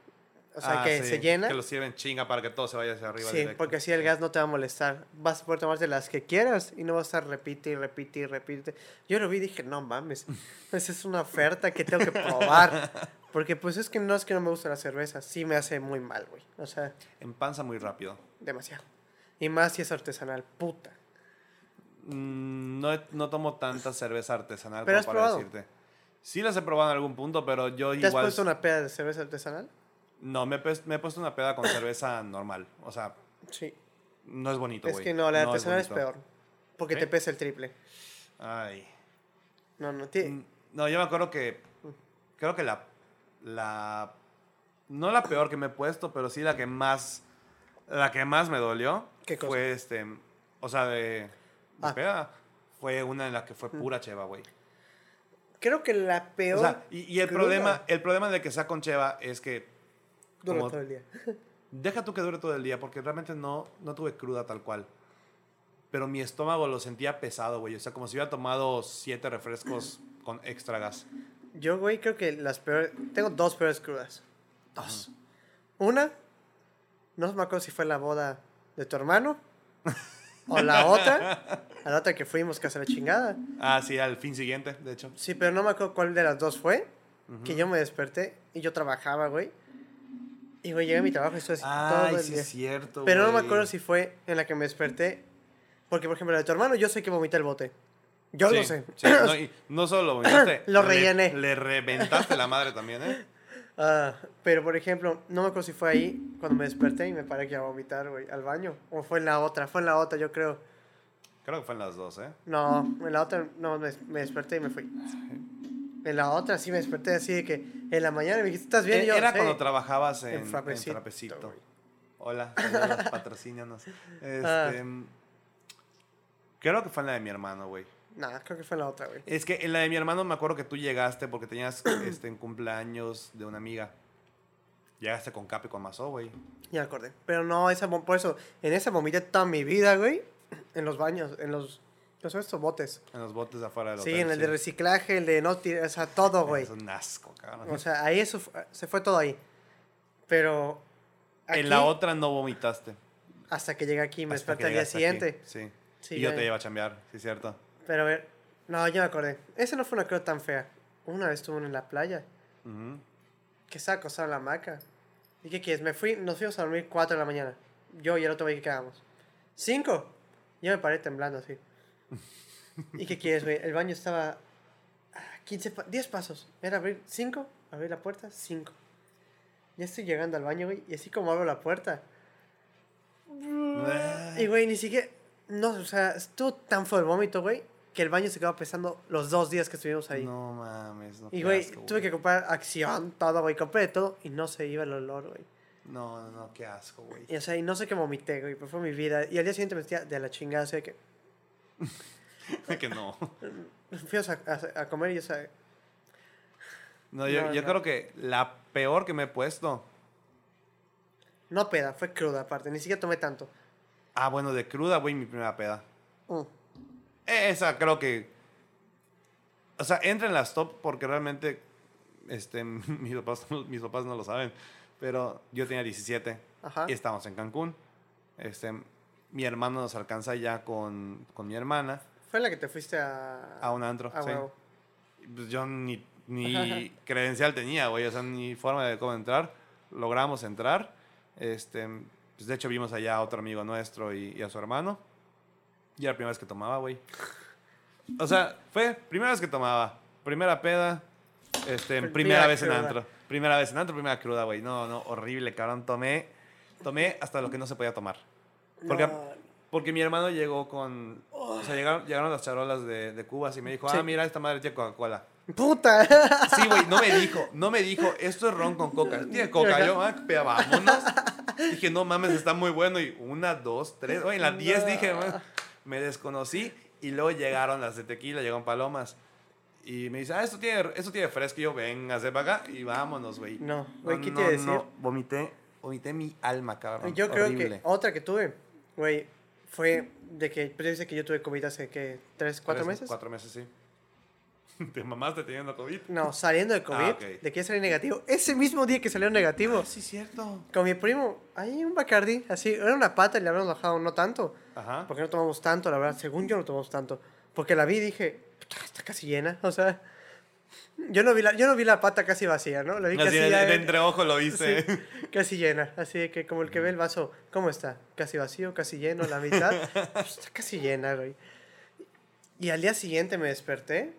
Speaker 2: o sea,
Speaker 1: Ah,
Speaker 2: que
Speaker 1: sí,
Speaker 2: se llena,
Speaker 1: Que lo sirven chinga para que todo se vaya hacia arriba.
Speaker 2: sí,
Speaker 1: directo.
Speaker 2: porque así el gas no te va a molestar. Vas a poder tomarte las que quieras y no vas a estar repite y repite y repite. Yo lo vi y dije, no mames, pues es una oferta que tengo que probar. Porque pues es que no es que no me gusta la cerveza, sí me hace muy mal, güey. O sea,
Speaker 1: Empanza muy rápido.
Speaker 2: demasiado. Y más si es artesanal, puta.
Speaker 1: Mm, No, he- no tomo tanta cerveza artesanal
Speaker 2: ¿Pero
Speaker 1: como
Speaker 2: has
Speaker 1: para
Speaker 2: probado?
Speaker 1: decirte. Sí las he probado en algún punto, pero yo
Speaker 2: ¿Te has
Speaker 1: igual...
Speaker 2: puesto una peda de cerveza artesanal?
Speaker 1: No, me he, pues- me he puesto una peda con cerveza normal. O sea,
Speaker 2: Sí.
Speaker 1: no es bonito,
Speaker 2: Es
Speaker 1: güey.
Speaker 2: que no, la artesanal es,
Speaker 1: bonito.
Speaker 2: peor. Porque
Speaker 1: ¿Sí?
Speaker 2: te pesa el triple.
Speaker 1: Ay.
Speaker 2: No, no, ti-
Speaker 1: Mm, No, yo me acuerdo que... Creo que la... La... No la peor que me he puesto, pero sí la que más... La que más me dolió
Speaker 2: ¿Qué cosa?
Speaker 1: fue este... O sea, de... de
Speaker 2: Ah. Mm.
Speaker 1: peda. Fue una en la que fue pura cheva, güey.
Speaker 2: Creo que la peor.
Speaker 1: O sea, y, y el
Speaker 2: cruda
Speaker 1: problema, el problema de que sea con Cheva es que
Speaker 2: dura
Speaker 1: como-
Speaker 2: todo el día.
Speaker 1: deja tú que dure todo el día, porque realmente no, no tuve cruda tal cual. Pero mi estómago lo sentía pesado, güey. O sea, como si hubiera tomado siete refrescos con extra gas.
Speaker 2: Yo, güey, creo que las peores. Tengo dos peores crudas. Dos. Una, no me acuerdo si fue la boda de tu hermano. o la otra, a la otra que fuimos que hacer la chingada.
Speaker 1: Ah, sí, al fin siguiente, de hecho.
Speaker 2: Sí, pero no me acuerdo cuál de las dos fue. Que yo me desperté y yo trabajaba, güey. Y, güey, llegué a mi trabajo y estuve así todo
Speaker 1: Ay,
Speaker 2: el
Speaker 1: sí
Speaker 2: día.
Speaker 1: es cierto,
Speaker 2: Pero no me
Speaker 1: güey.
Speaker 2: acuerdo si fue en la que me desperté. Porque, por ejemplo, la de tu hermano, yo sé que vomita el bote. Yo
Speaker 1: Sí,
Speaker 2: lo sé.
Speaker 1: sí, no, y no solo lo vomitaste,
Speaker 2: Lo
Speaker 1: le-
Speaker 2: rellené.
Speaker 1: Le, reventaste la madre también, ¿eh?
Speaker 2: Ah, pero por ejemplo, no me acuerdo si fue ahí cuando me desperté y me paré que iba a vomitar, güey, al baño. O fue en la otra, fue en la otra, yo creo.
Speaker 1: Creo que fue en las dos, ¿eh?
Speaker 2: No, en la otra no, me, me desperté y me fui. En la otra sí me desperté así de que en la mañana me dijiste, ¿estás Pues bien? Y yo,
Speaker 1: E, Eh, Era
Speaker 2: "Sí".
Speaker 1: cuando trabajabas en,
Speaker 2: En
Speaker 1: en
Speaker 2: Frapecito,
Speaker 1: Trapecito.
Speaker 2: güey.
Speaker 1: Hola, saludos, patrocínanos. Este,
Speaker 2: Ah.
Speaker 1: Creo que fue en la de mi hermano, güey.
Speaker 2: Nah, creo que fue en la otra, güey.
Speaker 1: Es que en la de mi hermano me acuerdo que tú llegaste porque tenías este, en cumpleaños de una amiga. Llegaste con Capi con Mazo, güey.
Speaker 2: Ya me acordé. Pero no, esa, vom- por eso, en esa vomité toda mi vida, güey. En los baños, en los, ¿no son estos botes?
Speaker 1: En los botes de afuera del
Speaker 2: Sí,
Speaker 1: hotel,
Speaker 2: en el de reciclaje, el de no tirar, o sea, todo, güey.
Speaker 1: Es un asco, cabrón.
Speaker 2: O sea, ahí eso fu- se fue todo ahí. Pero. aquí,
Speaker 1: en la otra no vomitaste.
Speaker 2: Hasta que llegué aquí, me
Speaker 1: hasta que
Speaker 2: desperté al día
Speaker 1: llegaste
Speaker 2: siguiente.
Speaker 1: aquí. Sí.
Speaker 2: Sí,
Speaker 1: y yo
Speaker 2: ya-
Speaker 1: te llevo a chambear, sí, cierto.
Speaker 2: Pero a ver. No, ya me acordé. Esa no fue una cruda tan fea. Una vez estuve en la playa,
Speaker 1: Ujú.
Speaker 2: que estaba acostado en la hamaca. ¿Y qué quieres? Me fui, nos fuimos a dormir 4 de la mañana. Yo y el otro güey que quedamos. ¿Cinco? Yo me paré temblando así. ¿Y qué quieres, güey? El baño estaba a 15, pa- 10 pasos. Era abrir 5, abrir la puerta, 5. Ya estoy llegando al baño, güey, y así como abro la puerta, Mm, Y, güey, ni siquiera. No, o sea, estuvo tan fuerte el vómito, güey, que el baño se quedó pesando los dos días que estuvimos ahí.
Speaker 1: No mames, no
Speaker 2: y,
Speaker 1: qué
Speaker 2: güey,
Speaker 1: asco,
Speaker 2: tuve que comprar acción, todo, güey. Compré de todo y no se iba el olor, güey.
Speaker 1: No, no, no, qué asco, güey.
Speaker 2: Y, o sea, y no sé qué vomité, güey, pero fue mi vida. Y al día siguiente me sentía de la chingada, o sea, que
Speaker 1: que no.
Speaker 2: fui o sea, a, a comer y, o sea,
Speaker 1: No, yo,
Speaker 2: No,
Speaker 1: yo
Speaker 2: no.
Speaker 1: creo que la peor que me he puesto.
Speaker 2: no peda, fue cruda aparte, ni siquiera tomé tanto.
Speaker 1: Ah, bueno, de cruda, güey, mi primera peda.
Speaker 2: Mm.
Speaker 1: Eh, Esa creo que. O sea, entra en las top porque realmente. Este, mis papás, no- mis papás no lo saben. Pero yo tenía 17
Speaker 2: Ajá.
Speaker 1: y estábamos en Cancún. Este, mi hermano nos alcanza ya con, con mi hermana
Speaker 2: Fue la que te fuiste a...
Speaker 1: a un antro.
Speaker 2: Ah, a
Speaker 1: sí.
Speaker 2: huevo.
Speaker 1: Pues yo ni, ni credencial tenía, güey, o sea, ni forma de cómo entrar. Logramos entrar. Este, pues de hecho, vimos allá a otro amigo nuestro y, y a su hermano. Y era la primera vez que tomaba, güey. O sea, fue primera vez que tomaba. Primera peda. Este,
Speaker 2: Primera
Speaker 1: primera, vez en
Speaker 2: cruda.
Speaker 1: antro. Primera vez en antro, primera cruda, güey. No, no, horrible, cabrón. Tomé, tomé hasta lo que no se podía tomar. Porque
Speaker 2: No,
Speaker 1: porque mi hermano llegó con. O sea, llegaron, llegaron las charolas de, de Cuba y me dijo,
Speaker 2: Sí.
Speaker 1: ah, mira, esta madre tiene Coca-Cola.
Speaker 2: ¡Puta!
Speaker 1: Sí, güey, no me dijo, no me dijo, esto es ron con coca. Tiene coca, yo, ah, pero vámonos. Dije, no mames, está muy bueno. Y una, dos, tres, oye, en las diez
Speaker 2: No.
Speaker 1: dije, "Ah". me desconocí. Y luego llegaron las de tequila, llegaron palomas. Y me dice, ah, esto tiene, esto tiene fresco. Y yo, venga, se acá y vámonos, güey.
Speaker 2: No, güey, ¿qué quiere decir?
Speaker 1: Vomité, vomité mi alma, cabrón.
Speaker 2: Yo creo
Speaker 1: Horrible.
Speaker 2: que otra que tuve, güey, fue de que, pero dice que yo tuve COVID hace, que ¿Tres, cuatro
Speaker 1: Tres,
Speaker 2: meses?
Speaker 1: Cuatro meses, sí. Te mamaste teniendo COVID.
Speaker 2: No, saliendo de COVID,
Speaker 1: Ah, ok.
Speaker 2: de que ya salí negativo. Ese mismo día que salió negativo,
Speaker 1: Sí, cierto.
Speaker 2: con mi primo, ahí un Bacardi, así, era una pata y le habíamos bajado, no tanto.
Speaker 1: Ajá.
Speaker 2: Porque no tomamos tanto, la verdad, según yo no tomamos tanto. Porque la vi y dije, "Puta, está casi llena, o sea... Yo no vi la, yo no vi la pata casi vacía, ¿no? La vi
Speaker 1: Así
Speaker 2: casi
Speaker 1: de,
Speaker 2: ya-
Speaker 1: de entreojo lo hice.
Speaker 2: Sí, casi llena. Así de que como el que ve el vaso, ¿cómo está? Casi vacío, casi lleno, la mitad. Pues, está casi llena, güey. Y al día siguiente me desperté.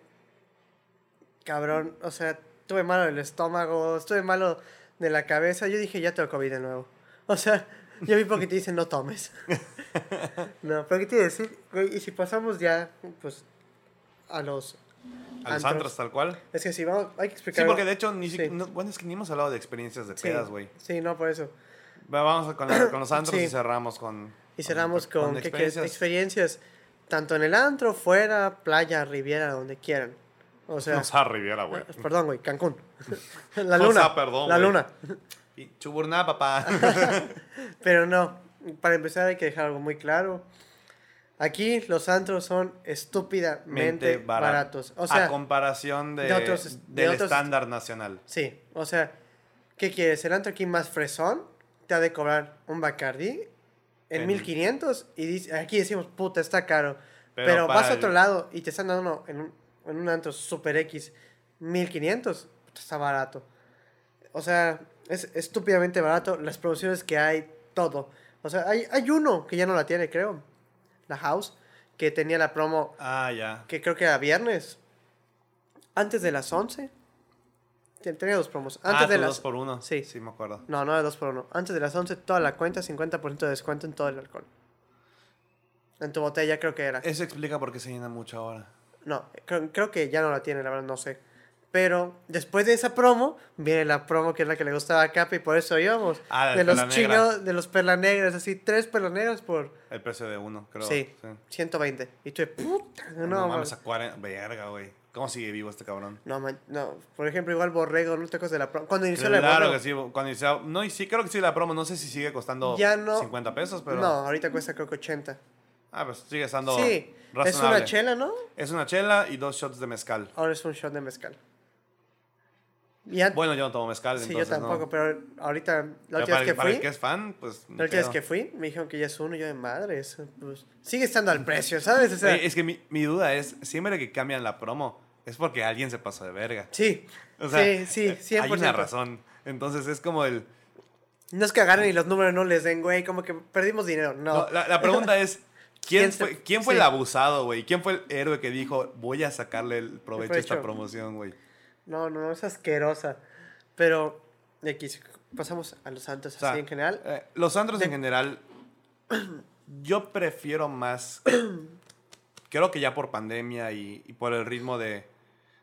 Speaker 2: Cabrón, o sea, tuve malo del estómago, estuve malo de la cabeza. Yo dije, ya tengo COVID de nuevo. O sea, yo vi porque te dicen, no tomes. no, pero ¿qué te iba a decir? Güey, y si pasamos ya, pues, a los...
Speaker 1: A los
Speaker 2: Antros.
Speaker 1: antros, tal cual.
Speaker 2: Es que si vamos, hay que
Speaker 1: Sí,
Speaker 2: explicar...
Speaker 1: porque de hecho, ni
Speaker 2: Sí.
Speaker 1: siquiera- no- bueno, es que ni hemos hablado de experiencias de pedas, güey.
Speaker 2: Sí, no, por eso.
Speaker 1: Va- Vamos con, la- con los antros
Speaker 2: Sí.
Speaker 1: y cerramos con.
Speaker 2: Y cerramos con, ¿qué quieres?
Speaker 1: experiencias.
Speaker 2: experiencias tanto en el antro, fuera, playa, riviera, donde quieran. O sea, eh, ah,
Speaker 1: Nos a Riviera, güey.
Speaker 2: perdón, güey, Cancún. la
Speaker 1: No, o
Speaker 2: luna.
Speaker 1: sea, perdón,
Speaker 2: la
Speaker 1: güey.
Speaker 2: luna.
Speaker 1: Y Chuburná, papá.
Speaker 2: Pero no, para empezar hay que dejar algo muy claro. Aquí los antros son estúpidamente
Speaker 1: Mente bara-
Speaker 2: baratos. O sea,
Speaker 1: a comparación de,
Speaker 2: de otros- de
Speaker 1: del
Speaker 2: otros-
Speaker 1: estándar nacional.
Speaker 2: sí, o sea, ¿qué quieres? El antro aquí más fresón te ha de cobrar un Bacardi en
Speaker 1: En-
Speaker 2: 1500 y dice- aquí decimos, puta, está caro. Pero,
Speaker 1: Pero para
Speaker 2: vas a
Speaker 1: el-
Speaker 2: otro lado y te están dando uno en un, en un antro super X 1500, puta, está barato. O sea, es estúpidamente barato las producciones que hay, todo. O sea, hay, hay uno que ya no la tiene, creo. La House, que tenía la promo
Speaker 1: Ah, ya.
Speaker 2: que creo que era viernes. Antes de las 11. Ten- Tenía dos promos. Antes
Speaker 1: ah,
Speaker 2: de
Speaker 1: tu
Speaker 2: las...
Speaker 1: dos por uno.
Speaker 2: Sí.
Speaker 1: Sí, me acuerdo.
Speaker 2: No, no era dos por uno. Antes de las 11, toda la cuenta, 50% de descuento en todo el alcohol. En tu botella creo que era.
Speaker 1: Eso explica por qué se llena mucho ahora.
Speaker 2: No, creo, creo que ya no la tiene, la verdad, no sé. Pero después de esa promo, viene la promo que es la que le gustaba a Capi, por eso íbamos.
Speaker 1: Ah, la
Speaker 2: de
Speaker 1: de
Speaker 2: los
Speaker 1: Perla Negra.
Speaker 2: chingados, de los perla negras, así, tres perla negras por
Speaker 1: El precio de uno, creo.
Speaker 2: Sí. 120. Y tú, de puta, no, pues
Speaker 1: No,
Speaker 2: man.
Speaker 1: mames, a 40. Verga, güey. ¿Cómo sigue vivo este cabrón?
Speaker 2: No, man, no, por ejemplo, igual Borrego, no te acuerdas de la promo. Cuando inició la
Speaker 1: Claro
Speaker 2: promo.
Speaker 1: que sí, cuando inicia- no, y sí, creo que sí la promo, no sé si sigue costando
Speaker 2: Ya no-
Speaker 1: 50 pesos, pero...
Speaker 2: No, ahorita cuesta creo que 80.
Speaker 1: Ah, pues sigue estando
Speaker 2: sí, es
Speaker 1: razonable.
Speaker 2: una chela, ¿no?
Speaker 1: Es una chela y dos shots de mezcal.
Speaker 2: Ahora es un shot de mezcal. Y an-
Speaker 1: Bueno, yo no tomo mezcal,
Speaker 2: sí, yo
Speaker 1: entonces
Speaker 2: tampoco,
Speaker 1: no.
Speaker 2: pero ahorita, la
Speaker 1: Pero
Speaker 2: última
Speaker 1: para,
Speaker 2: vez
Speaker 1: el-
Speaker 2: que
Speaker 1: para
Speaker 2: fui.
Speaker 1: el que es fan, pues... ni
Speaker 2: La última vez
Speaker 1: pedo.
Speaker 2: que fui, me dijeron que ya es uno, y yo de madres. Pues, sigue estando al precio, ¿sabes? O sea,
Speaker 1: Oye, es que mi, mi duda es, siempre que cambian la promo, es porque alguien se pasó de verga.
Speaker 2: sí,
Speaker 1: O sea, eh,
Speaker 2: sí, sí, 100%.
Speaker 1: Hay una razón. Entonces es como el...
Speaker 2: No es que agarren y los números no les den, güey, como que perdimos dinero. No,
Speaker 1: No, la, la pregunta es, ¿quién,
Speaker 2: ¿Quién se-
Speaker 1: fue, ¿quién fue
Speaker 2: sí.
Speaker 1: el abusado, güey? ¿Quién fue el héroe que dijo, voy a sacarle el provecho a esta
Speaker 2: provecho.
Speaker 1: promoción, güey?
Speaker 2: no, no, es asquerosa. Pero, X, pasamos a los santos
Speaker 1: O sea,
Speaker 2: así en general.
Speaker 1: eh, los antros
Speaker 2: de-
Speaker 1: en general, yo prefiero más. creo que ya por pandemia y, y por el ritmo de,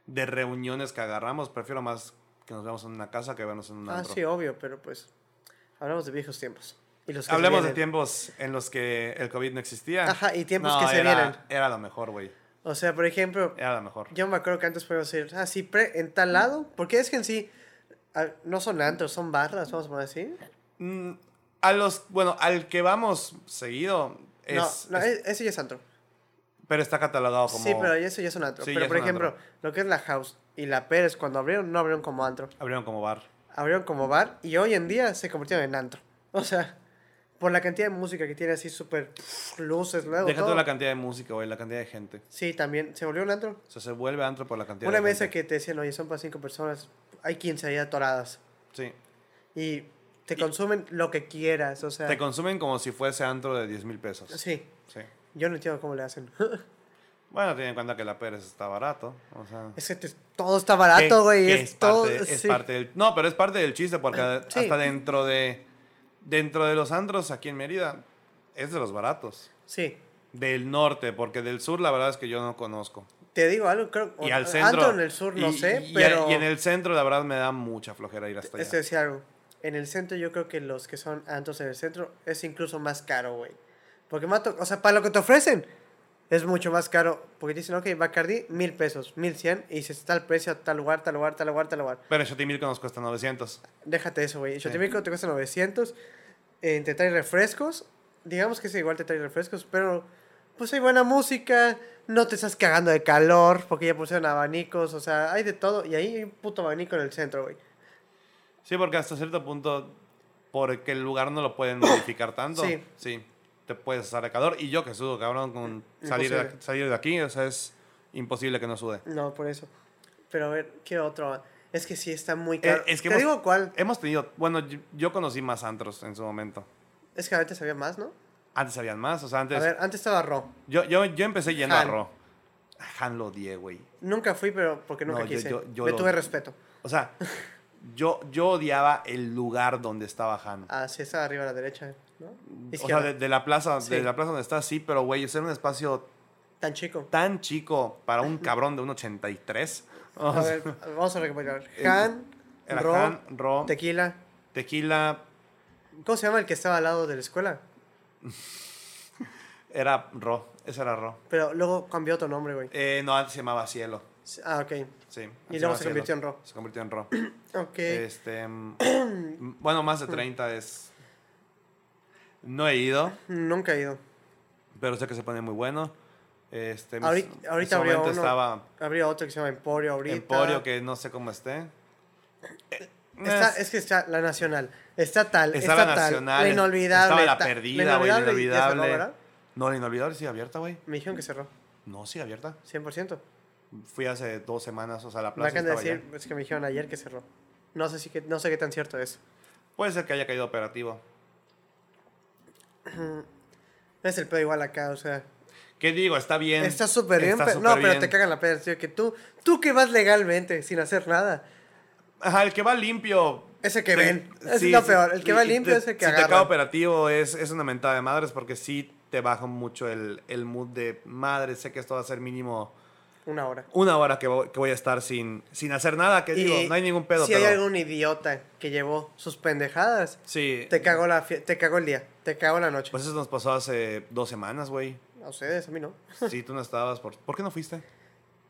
Speaker 1: de reuniones que agarramos, prefiero más que nos veamos en una casa que vernos en un
Speaker 2: Ah,
Speaker 1: antro.
Speaker 2: sí, obvio, pero pues Hablamos de viejos tiempos. Y los que se
Speaker 1: Hablemos de
Speaker 2: vienen.
Speaker 1: tiempos en los que el COVID no existía.
Speaker 2: Ajá, y tiempos que se
Speaker 1: era-
Speaker 2: vienen.
Speaker 1: Era lo mejor, güey.
Speaker 2: O sea, por ejemplo,
Speaker 1: Era lo mejor.
Speaker 2: yo me acuerdo que antes podíamos decir, ah, sí, pre- en tal lado. Porque es que en sí, ah, no son antros, son barras, vamos a poner así.
Speaker 1: Mm, a los, bueno, al que vamos seguido es,
Speaker 2: no, no,
Speaker 1: es-
Speaker 2: e- ese ya es antro.
Speaker 1: pero está catalogado como
Speaker 2: Sí, pero eso ya es un antro.
Speaker 1: Sí, ya
Speaker 2: pero
Speaker 1: es
Speaker 2: por
Speaker 1: un
Speaker 2: ejemplo,
Speaker 1: antro.
Speaker 2: lo que es la house y la Pérez, cuando abrieron, no abrieron como antro.
Speaker 1: abrieron como bar.
Speaker 2: Abrieron como bar y hoy en día se convirtieron en antro. O sea, por la cantidad de música que tiene así súper pff, luces, luego.
Speaker 1: Deja
Speaker 2: todo.
Speaker 1: toda la cantidad de música, güey, la cantidad de gente.
Speaker 2: Sí, también se volvió un antro.
Speaker 1: O sea, se vuelve antro por la cantidad
Speaker 2: Una
Speaker 1: de
Speaker 2: mesa
Speaker 1: gente.
Speaker 2: que te decían, oye, son para cinco personas, hay 15 ahí atoradas.
Speaker 1: Sí.
Speaker 2: Y te
Speaker 1: Y-
Speaker 2: consumen lo que quieras, o sea.
Speaker 1: Te consumen como si fuese antro de 10 mil pesos.
Speaker 2: Ah. sí,
Speaker 1: Sí.
Speaker 2: yo no entiendo cómo le hacen.
Speaker 1: Bueno, ten en cuenta que la Pérez está barato. O sea.
Speaker 2: es que te- todo está barato,
Speaker 1: que-
Speaker 2: güey.
Speaker 1: que
Speaker 2: Es,
Speaker 1: es,
Speaker 2: todo.
Speaker 1: parte, es
Speaker 2: sí. Ah,
Speaker 1: parte del, no, pero es parte del chiste, porque a-
Speaker 2: Sí.
Speaker 1: hasta dentro de dentro de los antros aquí en Mérida es de los baratos.
Speaker 2: sí.
Speaker 1: Del norte, porque del sur la verdad es que yo no conozco.
Speaker 2: Te digo algo, creo.
Speaker 1: Y
Speaker 2: o-
Speaker 1: al centro.
Speaker 2: Antro en el sur, no
Speaker 1: y-
Speaker 2: sé,
Speaker 1: y- y-
Speaker 2: pero.
Speaker 1: Y en el centro, la verdad, me da mucha flojera ir hasta allá.
Speaker 2: Es decir, algo. En el centro, yo creo que los que son antros en el centro es incluso más caro, güey. Porque más to- O sea, para lo que te ofrecen es mucho más caro. Porque dicen, ok, Bacardi, mil pesos, mil cien. Y dices, tal precio, tal lugar, tal lugar, tal lugar, tal lugar.
Speaker 1: Pero en Xochimilco nos cuesta 900.
Speaker 2: Déjate eso, güey. Xochimilco te cuesta 900. eh, te trae refrescos. Digamos que sí, igual te trae refrescos, pero pues hay buena música. No te estás cagando de calor porque ya pusieron abanicos. O sea, hay de todo. Y ahí hay un puto abanico en el centro, güey.
Speaker 1: Sí, porque hasta cierto punto, porque el lugar no lo pueden modificar tanto.
Speaker 2: Sí.
Speaker 1: Sí. Te puedes asar de calor. Y yo que sudo, cabrón, con salir de,
Speaker 2: Imposible.
Speaker 1: salir de aquí, o sea, es imposible que no sude.
Speaker 2: No, por eso. Pero a ver, ¿qué otro? Es que sí está muy
Speaker 1: Eh,
Speaker 2: caro.
Speaker 1: es que
Speaker 2: Te
Speaker 1: hemos-
Speaker 2: digo cuál.
Speaker 1: Hemos tenido, bueno, yo, yo conocí más antros en su momento.
Speaker 2: Es que antes había más, ¿no?
Speaker 1: Antes habían más, o sea,
Speaker 2: A
Speaker 1: antes.
Speaker 2: ver, antes estaba Ro.
Speaker 1: yo, yo, yo empecé yendo
Speaker 2: Han.
Speaker 1: a Ro. A Han lo odié, güey.
Speaker 2: Nunca fui, pero porque nunca
Speaker 1: No, yo-
Speaker 2: quise.
Speaker 1: yo- yo
Speaker 2: Me
Speaker 1: lo-
Speaker 2: tuve respeto.
Speaker 1: O sea, yo, yo odiaba el lugar donde estaba Han.
Speaker 2: Ah, sí, estaba arriba a la derecha, ¿no?
Speaker 1: o sea,
Speaker 2: Izquierda.
Speaker 1: de, de la plaza,
Speaker 2: Sí.
Speaker 1: de la plaza donde está, sí, pero güey, es un espacio
Speaker 2: Tan chico.
Speaker 1: tan chico para un cabrón de un 83. O sea,
Speaker 2: A ver, vamos a recapitular.
Speaker 1: El-
Speaker 2: Han,
Speaker 1: Eh, era
Speaker 2: Ro,
Speaker 1: Han, Ro,
Speaker 2: Tequila.
Speaker 1: Tequila,
Speaker 2: ¿Cómo se llama el que estaba al lado de la escuela?
Speaker 1: era Ro, ese era Ro.
Speaker 2: Pero luego cambió otro nombre, güey.
Speaker 1: Eh, no, antes se llamaba Cielo,
Speaker 2: Ah, ok.
Speaker 1: sí. antes
Speaker 2: Y luego
Speaker 1: llamaba
Speaker 2: se convirtió en
Speaker 1: Cielo.
Speaker 2: Ro.
Speaker 1: Se convirtió en Ro.
Speaker 2: Ok.
Speaker 1: Este, mm, bueno, más de 30 es... No he ido,
Speaker 2: Nunca he ido.
Speaker 1: pero sé que se pone muy bueno. Este, en
Speaker 2: Ahorita-
Speaker 1: su- en
Speaker 2: ahorita
Speaker 1: su
Speaker 2: abrió
Speaker 1: momento
Speaker 2: uno.
Speaker 1: estaba
Speaker 2: Habría otro que se llama Emporio ahorita.
Speaker 1: Emporio, que no sé cómo esté. Eh,
Speaker 2: Está,
Speaker 1: es-
Speaker 2: es que está la nacional, está tal, está,
Speaker 1: Está la
Speaker 2: tal,
Speaker 1: nacional.
Speaker 2: la
Speaker 1: es-
Speaker 2: inolvidable.
Speaker 1: Estaba la
Speaker 2: ta-
Speaker 1: perdida, güey. La
Speaker 2: y ya cerró,
Speaker 1: inolvidable.
Speaker 2: ¿verdad?
Speaker 1: No, la inolvidable sigue abierta, güey.
Speaker 2: Me dijeron que cerró,
Speaker 1: No, sigue abierta.
Speaker 2: 100%.
Speaker 1: Fui hace dos semanas, o sea, la
Speaker 2: Me
Speaker 1: plaza
Speaker 2: acaban de
Speaker 1: estaba
Speaker 2: decir, es que me dijeron ayer que cerró. No sé, si que, no sé qué tan cierto es.
Speaker 1: ya. Puede ser que haya caído operativo.
Speaker 2: Es el pedo igual acá, o sea.
Speaker 1: ¿Qué digo? Está bien.
Speaker 2: Está súper bien,
Speaker 1: está
Speaker 2: pero-
Speaker 1: súper
Speaker 2: no, pero
Speaker 1: bien.
Speaker 2: te cagan la peda, tío, que tú, tú que vas legalmente, sin hacer nada.
Speaker 1: Ajá, el que va limpio.
Speaker 2: Ese que
Speaker 1: te-
Speaker 2: ven, es lo peor, el que va
Speaker 1: y
Speaker 2: limpio
Speaker 1: te-
Speaker 2: es el que
Speaker 1: Si te cae
Speaker 2: agarran.
Speaker 1: operativo es, es una mentada de madres porque sí te baja mucho el, el mood de madre. Sé que esto va a ser mínimo
Speaker 2: Una hora.
Speaker 1: una hora que voy, que voy a estar sin, sin hacer nada. Que digo, no hay ningún pedo.
Speaker 2: Si
Speaker 1: pero-
Speaker 2: hay algún idiota que llevó sus pendejadas,
Speaker 1: Sí.
Speaker 2: te cagó, la fie- te cagó el día, te cagó la noche.
Speaker 1: Pues eso nos pasó hace dos semanas, güey.
Speaker 2: a ustedes, a mí no.
Speaker 1: Sí, tú no estabas. ¿Por, ¿por qué no fuiste?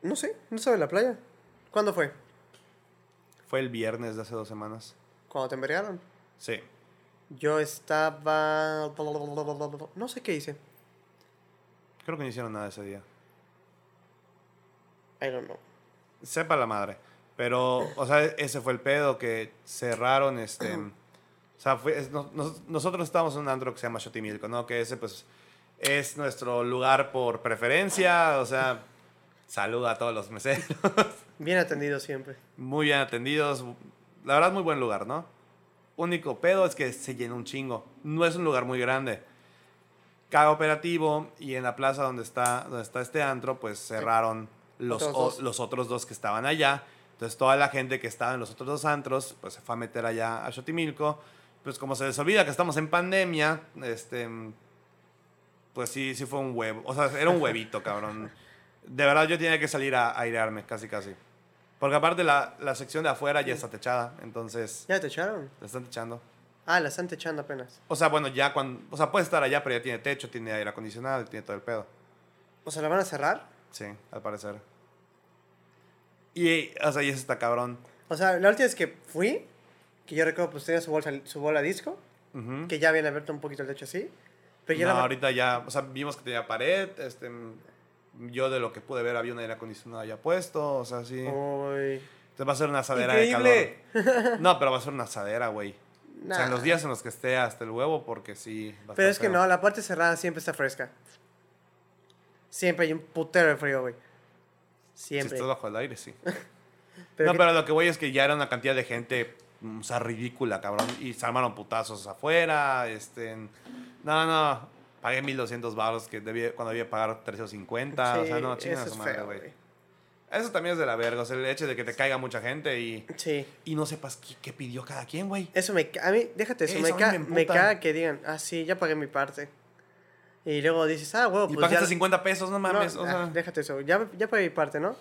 Speaker 2: No sé, no estaba en la playa. ¿Cuándo fue?
Speaker 1: Fue el viernes de hace dos semanas.
Speaker 2: Cuando te envergaron.
Speaker 1: Sí.
Speaker 2: Yo estaba. No sé qué hice.
Speaker 1: Creo que no hicieron nada ese día.
Speaker 2: I don't know.
Speaker 1: Sepa la madre. Pero, o sea, ese fue el pedo que cerraron este. O sea, fue- es- nos- nos- nosotros estábamos en un antro que se llama Xochimilco, ¿no? Que ese, pues, es nuestro lugar por preferencia. O sea, saluda a todos los meseros.
Speaker 2: Bien atendido siempre.
Speaker 1: Muy bien atendidos. La verdad, muy buen lugar, ¿no? Único pedo es que se llena un chingo. No es un lugar muy grande. Caga operativo y en la plaza donde está, donde está este antro, pues cerraron los,
Speaker 2: Otros
Speaker 1: o-
Speaker 2: dos.
Speaker 1: los otros dos que estaban allá. Entonces toda la gente que estaba en los otros dos antros, pues se fue a meter allá a Xochimilco. Pues como se les olvida que estamos en pandemia, este, pues sí, sí fue un huevo. O sea, era un huevito, cabrón. De verdad yo tenía que salir a a airearme, casi, casi. Porque aparte la, la sección de afuera ya está techada, entonces
Speaker 2: ¿Ya te echaron?
Speaker 1: la están techando.
Speaker 2: Ah, la están techando apenas.
Speaker 1: O sea, bueno, ya cuando. O sea, puede estar allá, pero ya tiene techo, tiene aire acondicionado, tiene todo el pedo.
Speaker 2: O sea, ¿la van a cerrar?
Speaker 1: Sí, al parecer. Y, o sea, y ese está cabrón.
Speaker 2: O sea, la última vez que fui, que yo recuerdo, pues tenía su, bolsa, su bola disco,
Speaker 1: Ujú.
Speaker 2: que ya habían abierto un poquito el techo así. Pero ya
Speaker 1: No,
Speaker 2: la-
Speaker 1: ahorita ya, o sea, vimos que tenía pared, este, yo de lo que pude ver había un aire acondicionado ya puesto, o sea, sí.
Speaker 2: Oh. Uy.
Speaker 1: Entonces va a ser una asadera
Speaker 3: ¡Increíble!
Speaker 1: de calor. No, pero va a ser una asadera, güey. O sea, en los
Speaker 2: Nah.
Speaker 1: días en los que esté hasta el huevo, porque sí. va a estar
Speaker 2: Pero es que
Speaker 1: feo.
Speaker 2: no, la parte cerrada siempre está fresca. Siempre hay un putero de frío, güey.
Speaker 1: Si
Speaker 2: Siempre.
Speaker 1: estás bajo el aire, sí.
Speaker 2: Pero
Speaker 1: no,
Speaker 2: que-
Speaker 1: pero lo que voy es que ya era una cantidad de gente, mm, o sea, ridícula, cabrón. Y se armaron putazos afuera, este... No, no, pagué 1200 baros que debía, cuando debía pagar 350, o sea,
Speaker 2: sí,
Speaker 1: no, chingas
Speaker 2: eso
Speaker 1: su
Speaker 2: es
Speaker 1: madre,
Speaker 2: feo,
Speaker 1: güey. Eso también es de la verga, o sea, el hecho de que te caiga mucha gente y,
Speaker 2: Sí.
Speaker 1: y no sepas qué, qué pidió cada quien, güey.
Speaker 2: Eso me... ca- A mí, déjate eso.
Speaker 1: Eso
Speaker 2: me,
Speaker 1: a mí
Speaker 2: ca-
Speaker 1: me
Speaker 2: me
Speaker 1: emputa.
Speaker 2: caga que digan, ah, sí, ya pagué mi parte. Y luego dices, ah, huevo,
Speaker 1: Y
Speaker 2: pues ya...
Speaker 1: pagaste 50 pesos, no
Speaker 2: No,
Speaker 1: mames, o
Speaker 2: ah,
Speaker 1: sea...
Speaker 2: déjate eso. Ya, ya pagué mi parte, ¿no?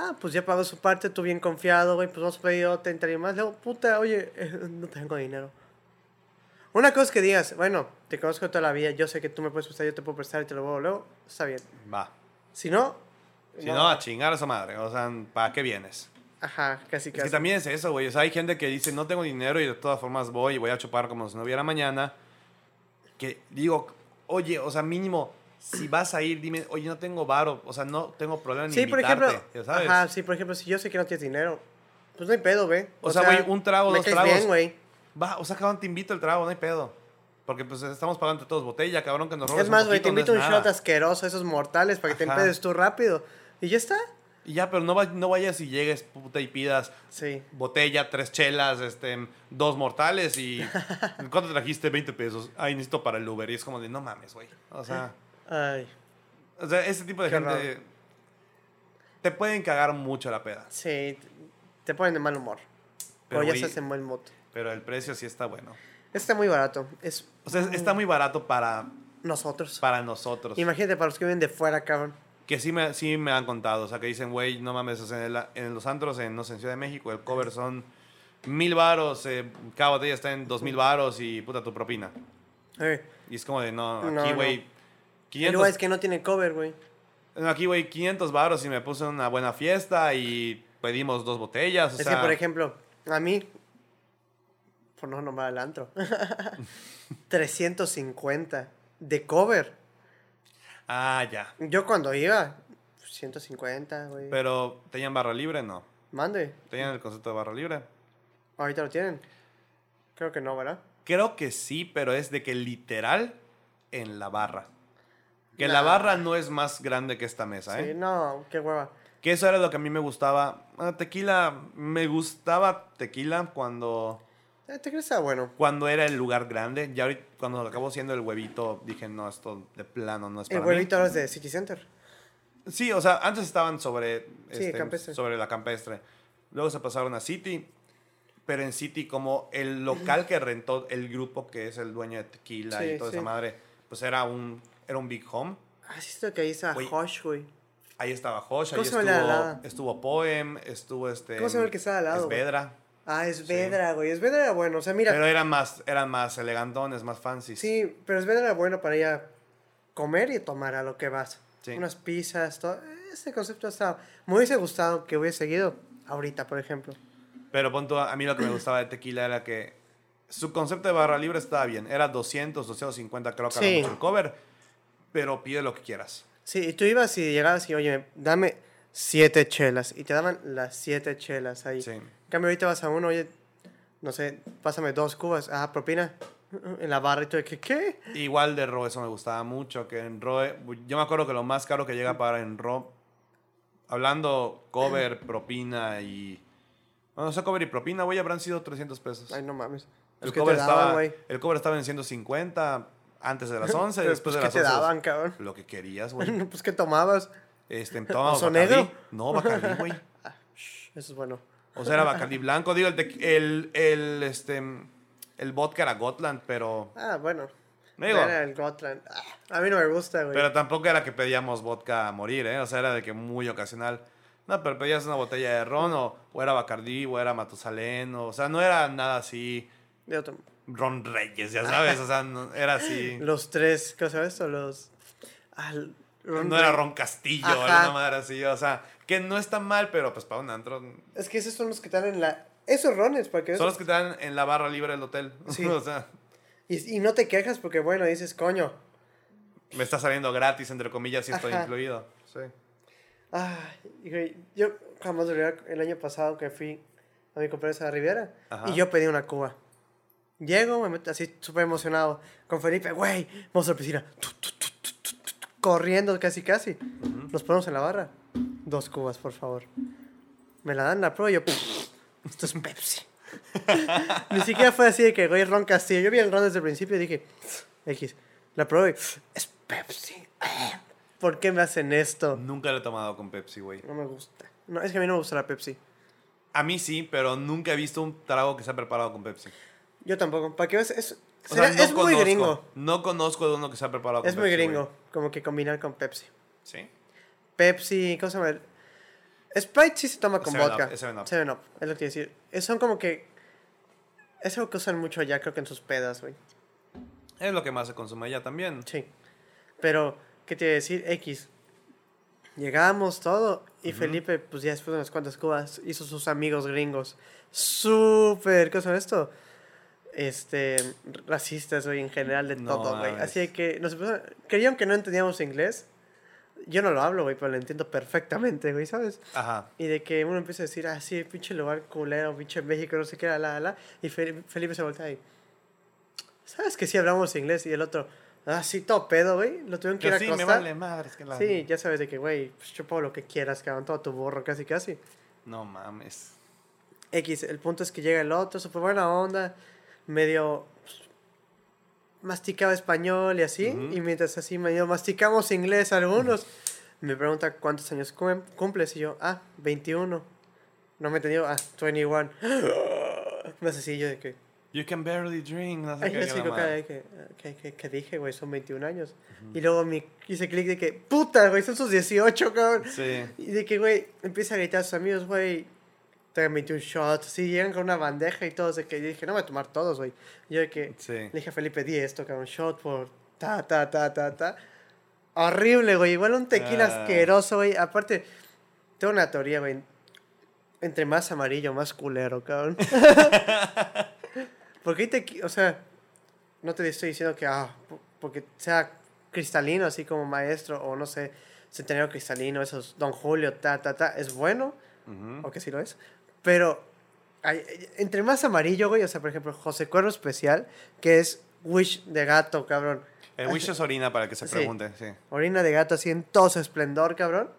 Speaker 2: Ah, pues ya pagó su parte, tú bien confiado, güey, pues vamos a pedir otra, entre más. Luego, puta, oye, eh, no tengo dinero. Una cosa es que digas, bueno, te conozco toda la vida, yo sé que tú me puedes prestar, yo te puedo prestar y te lo vuelvo luego, está bien.
Speaker 1: Va.
Speaker 2: Si no,
Speaker 1: Si no, a chingar a esa madre, o sea, ¿para qué vienes?
Speaker 2: ajá, casi
Speaker 1: Es
Speaker 2: casi.
Speaker 1: que también es eso, güey. O sea, hay gente que dice, no tengo dinero y de todas formas voy y voy a chupar como si no hubiera mañana. Que digo, oye, o sea, mínimo, si vas a ir, dime, oye, no tengo varo, o sea, no tengo problema en
Speaker 2: sí, por
Speaker 1: invitarte,
Speaker 2: ejemplo,
Speaker 1: ya sabes.
Speaker 2: ajá, sí, por ejemplo, si yo sé que no tienes dinero, pues no hay pedo, güey.
Speaker 1: O sea, güey, un trago,
Speaker 2: me
Speaker 1: dos
Speaker 2: caes
Speaker 1: tragos.
Speaker 2: bien, güey.
Speaker 1: Va, o sea, cabrón, te invito el trago, no hay pedo. Porque pues estamos pagando entre todos botella, cabrón, que nos robes
Speaker 2: Es más, güey, te
Speaker 1: poquito, no
Speaker 2: invito un
Speaker 1: es
Speaker 2: shot
Speaker 1: nada.
Speaker 2: asqueroso, esos mortales, para que te
Speaker 1: Ajá.
Speaker 2: empedes tú rápido. Y ya está.
Speaker 1: Y ya, pero no, va- no vayas y llegues, puta, y pidas
Speaker 2: Sí.
Speaker 1: botella, tres chelas, este, dos mortales y... ¿Cuánto trajiste? 20 pesos. Ay, necesito para el Uber. Y es como de, no mames, güey. O sea...
Speaker 2: Ay,
Speaker 1: O sea, ese tipo de
Speaker 2: Qué
Speaker 1: gente
Speaker 2: raro.
Speaker 1: te pueden cagar mucho la peda.
Speaker 2: sí, te- te ponen de mal humor.
Speaker 1: Pero,
Speaker 2: Pero Pues ya
Speaker 1: güey,
Speaker 2: estás en buen mood.
Speaker 1: Pero el precio sí está bueno.
Speaker 2: Está muy barato. Es
Speaker 1: O sea, es- está muy barato para,
Speaker 2: nosotros.
Speaker 1: para nosotros.
Speaker 2: Imagínate para los que vienen de fuera, cabrón.
Speaker 1: Que sí me, sí me han contado. O sea, que dicen, güey, no mames, o sea, en, la- en los antros, en, no sé, en Ciudad de México, el cover son mil varos, eh, cada botella está en dos mil varos y puta tu propina.
Speaker 2: Eh,
Speaker 1: Y es como de, no,
Speaker 2: No,
Speaker 1: aquí,
Speaker 2: no.
Speaker 1: güey,
Speaker 2: Hay
Speaker 1: 500
Speaker 2: lugares que no tienen cover, güey.
Speaker 1: no, aquí, güey, 500 varos y me puse una buena fiesta y pedimos dos botellas. O
Speaker 2: Es
Speaker 1: sea,
Speaker 2: que, por ejemplo, a mí, por no nombrar al antro, 350 de cover.
Speaker 1: Ah, ya.
Speaker 2: Yo cuando iba, 150, güey.
Speaker 1: Pero, ¿tenían barra libre? No.
Speaker 2: Mande,
Speaker 1: ¿Tenían el concepto de barra libre?
Speaker 2: ahorita lo tienen. Creo que no, ¿verdad?
Speaker 1: Creo que sí, pero es de que literal en la barra. Que la
Speaker 2: Nah.
Speaker 1: barra no es más grande que esta mesa,
Speaker 2: Sí,
Speaker 1: ¿eh?
Speaker 2: no, qué hueva.
Speaker 1: Que eso era lo que a mí me gustaba. Ah, tequila, me gustaba tequila cuando,
Speaker 2: Eh, ¿Te crees que está bueno?
Speaker 1: cuando era el lugar grande. Ya ahorita, cuando acabó siendo el huevito, dije, no, esto de plano no es para
Speaker 2: El
Speaker 1: mí.
Speaker 2: huevito ahora es de City Center.
Speaker 1: Sí, o sea, antes estaban sobre,
Speaker 2: Sí,
Speaker 1: este,
Speaker 2: campestre.
Speaker 1: sobre la campestre. Luego se pasaron a City. Pero en City, como el local que rentó el grupo que es el dueño de tequila y
Speaker 2: Sí,
Speaker 1: toda
Speaker 2: sí.
Speaker 1: esa madre, pues era un, era un big home.
Speaker 2: Ah, sí, esto que ahí está
Speaker 1: Güey.
Speaker 2: Hosh, güey.
Speaker 1: Ahí estaba Josh, ahí
Speaker 2: ¿Cómo se llama el de al lado?
Speaker 1: estuvo, estuvo Poem, estuvo este.
Speaker 2: ¿Cómo se llama el que estaba al lado, güey?
Speaker 1: Svedra.
Speaker 2: Ah, es Vedra, güey. Es Vedra era bueno. O sea, mira,
Speaker 1: Pero eran más, eran más elegantones, más fancy.
Speaker 2: sí, pero es Vedra era bueno para ir a comer y tomar a lo que vas.
Speaker 1: Sí.
Speaker 2: Unas pizzas, todo. Este concepto estaba. Me hubiese gustado que hubiese seguido ahorita, por ejemplo.
Speaker 1: Pero pon tú, a mí lo que me gustaba de tequila era que su concepto de barra libre estaba bien. Era 200, 250, creo que era
Speaker 2: Sí.
Speaker 1: mucho el cover. Pero pide lo que quieras.
Speaker 2: Sí, y tú ibas y llegabas y, oye, dame siete chelas. Y te daban las siete chelas ahí.
Speaker 1: Sí.
Speaker 2: En cambio, ahorita vas a uno, oye, no sé, pásame dos cubas. Ah, propina. En la barra y tú, de que, ¿qué?
Speaker 1: Igual de Roe, eso me gustaba mucho. Que en Roe, yo me acuerdo que lo más caro que llega para en Roe, hablando cover, propina y. Bueno, no sé, cover y propina, güey, habrán sido 300 pesos.
Speaker 2: Ay, no mames.
Speaker 1: El
Speaker 2: Pues, ¿qué
Speaker 1: cover,
Speaker 2: te daban,
Speaker 1: estaba,
Speaker 2: güey?
Speaker 1: el cover estaba en 150 antes de las 11,
Speaker 2: Pero,
Speaker 1: después
Speaker 2: pues,
Speaker 1: de las
Speaker 2: ¿Qué te
Speaker 1: 11.
Speaker 2: daban, cabrón?
Speaker 1: Lo que querías, güey.
Speaker 2: pues, ¿qué tomabas?
Speaker 1: Este, toma
Speaker 2: ¿Oso
Speaker 1: Bacardí.
Speaker 2: negro?
Speaker 1: No, Bacardí, güey.
Speaker 2: Eso es bueno.
Speaker 1: O sea, era Bacardí blanco. Digo, el, tequ- el, el, este, el vodka era Gotland, pero...
Speaker 2: Ah, bueno.
Speaker 1: Digo,
Speaker 2: Era el Gotland. Ah, a mí no me gusta, güey.
Speaker 1: pero tampoco era que pedíamos vodka a morir, ¿eh? O sea, era de que muy ocasional. No, pero pedías una botella de ron o, o era Bacardí o era Matusalén. O, o sea, no era nada así
Speaker 2: De otro-
Speaker 1: Ron Reyes, ya sabes, o sea, no- era así.
Speaker 2: Los tres, ¿qué sabes? esto? los. ah, Ron-
Speaker 1: No era Ron Castillo,
Speaker 2: Ajá.
Speaker 1: alguna madre así, o sea, que no está mal, pero pues para un antro
Speaker 2: Es que esos son los que están en la. Esos rones, para que
Speaker 1: Son los que están en la barra libre del hotel.
Speaker 2: Sí.
Speaker 1: o sea,
Speaker 2: Y, y no te quejas porque, bueno, dices, coño.
Speaker 1: me está saliendo gratis, entre comillas, si estoy
Speaker 2: Ajá.
Speaker 1: incluido. Sí.
Speaker 2: Ay, güey, yo jamás olvidé el año pasado que fui a mi cumpleaños a la Riviera
Speaker 1: Ajá.
Speaker 2: y yo pedí una cuba. Llego, me meto así súper emocionado con Felipe, güey, vamos a la piscina. Tu, tu, tu, tu, tu, tu, tu, corriendo casi, casi. Nos ponemos en la barra. Dos cubas, por favor. Me la dan, la prueba y yo, "Pff, esto es Pepsi. Ni siquiera fue así de que, güey, Ron Castillo. Yo vi el Ron desde el principio y dije, X, la prueba y, es Pepsi. ¿Por qué me hacen esto?
Speaker 1: Nunca lo he tomado con Pepsi, güey.
Speaker 2: No me gusta. No, es que a mí no me gusta la Pepsi.
Speaker 1: A mí sí, pero nunca he visto un trago que se ha preparado con Pepsi.
Speaker 2: Yo tampoco. ¿Para qué ves? Es,
Speaker 1: O
Speaker 2: será-
Speaker 1: sea, no
Speaker 2: es muy
Speaker 1: conozco-
Speaker 2: gringo.
Speaker 1: No conozco de uno que se ha preparado con
Speaker 2: Es muy
Speaker 1: Pepsi,
Speaker 2: gringo.
Speaker 1: güey.
Speaker 2: Como que combinar con Pepsi.
Speaker 1: Sí.
Speaker 2: Pepsi, ¿cómo se llama? Sprite sí se toma con
Speaker 1: Seven
Speaker 2: vodka.
Speaker 1: Up, es Seven Up.
Speaker 2: Seven Up, es lo que quiero decir. Es- son como que. Es algo que usan mucho allá, creo que en sus pedas, güey.
Speaker 1: Es lo que más se consume allá también.
Speaker 2: Sí. Pero, ¿qué te iba a decir? X. Llegamos todo. Y Felipe, pues ya después de unas cuantas cubas, hizo sus amigos gringos. Súper, ¿qué son esto? Este, racistas, güey, en general de
Speaker 1: No
Speaker 2: todo, güey.
Speaker 1: mames.
Speaker 2: Así que nos empezaron- Creían que no entendíamos inglés. Yo no lo hablo, güey, pero lo entiendo perfectamente, güey, ¿sabes?
Speaker 1: Ajá.
Speaker 2: Y de que uno empieza a decir, ah, sí, pinche lugar culero, pinche México, no sé qué, la, la, la. Y Fel- Felipe se voltea y, ¿sabes que sí hablamos inglés? Y el otro, ah, sí, todo pedo, güey. Lo tuvieron que ir
Speaker 1: Pero
Speaker 2: a
Speaker 1: sí, me
Speaker 2: acostar.
Speaker 1: vale madre. Es que la...
Speaker 2: Sí, ya sabes de que, güey, pues, yo pago lo que quieras, cabrón, todo tu borro, casi, casi.
Speaker 1: No mames.
Speaker 2: X, el punto es que llega el otro, súper buena onda, medio pues, masticaba español y así,
Speaker 1: Ujú.
Speaker 2: y mientras así medio masticamos inglés algunos, me pregunta cuántos años cum- cumples, y yo, ah, 21. No me entendió, ah, 21. No sé si yo de que...
Speaker 1: You can barely drink. No sé
Speaker 2: Ay,
Speaker 1: qué,
Speaker 2: yo
Speaker 1: qué
Speaker 2: sí,
Speaker 1: la
Speaker 2: creo
Speaker 1: madre.
Speaker 2: que, que, que- que- que dije, güey, son 21 años. Y luego me hice clic de que, puta, güey, son sus 18, cabrón.
Speaker 1: Sí.
Speaker 2: Y de que, güey, empieza a gritar a sus amigos, güey, trágame un shot. Sí, llegan con una bandeja y todos. De que yo dije, no voy a tomar todos, güey. Yo de que
Speaker 1: Sí.
Speaker 2: le dije a Felipe, di esto, cabrón, shot por ta, ta, ta, ta, ta. Horrible, güey. Igual un tequila
Speaker 1: Ah.
Speaker 2: asqueroso, güey. Aparte, tengo una teoría, güey. Entre más amarillo, más culero, cabrón. porque hay tequila, o sea, no te estoy diciendo que, ah, po- porque sea cristalino, así como maestro, o no sé, centenario cristalino, esos Don Julio, ta, ta, ta, es bueno,
Speaker 1: Ujú.
Speaker 2: o que sí lo es, pero hay- entre más amarillo, güey, o sea, por ejemplo, José Cuervo Especial, que es Wish de gato, cabrón,
Speaker 1: El Wish es orina para que se
Speaker 2: Sí.
Speaker 1: pregunte. Sí.
Speaker 2: orina de gato así en todo su esplendor, cabrón.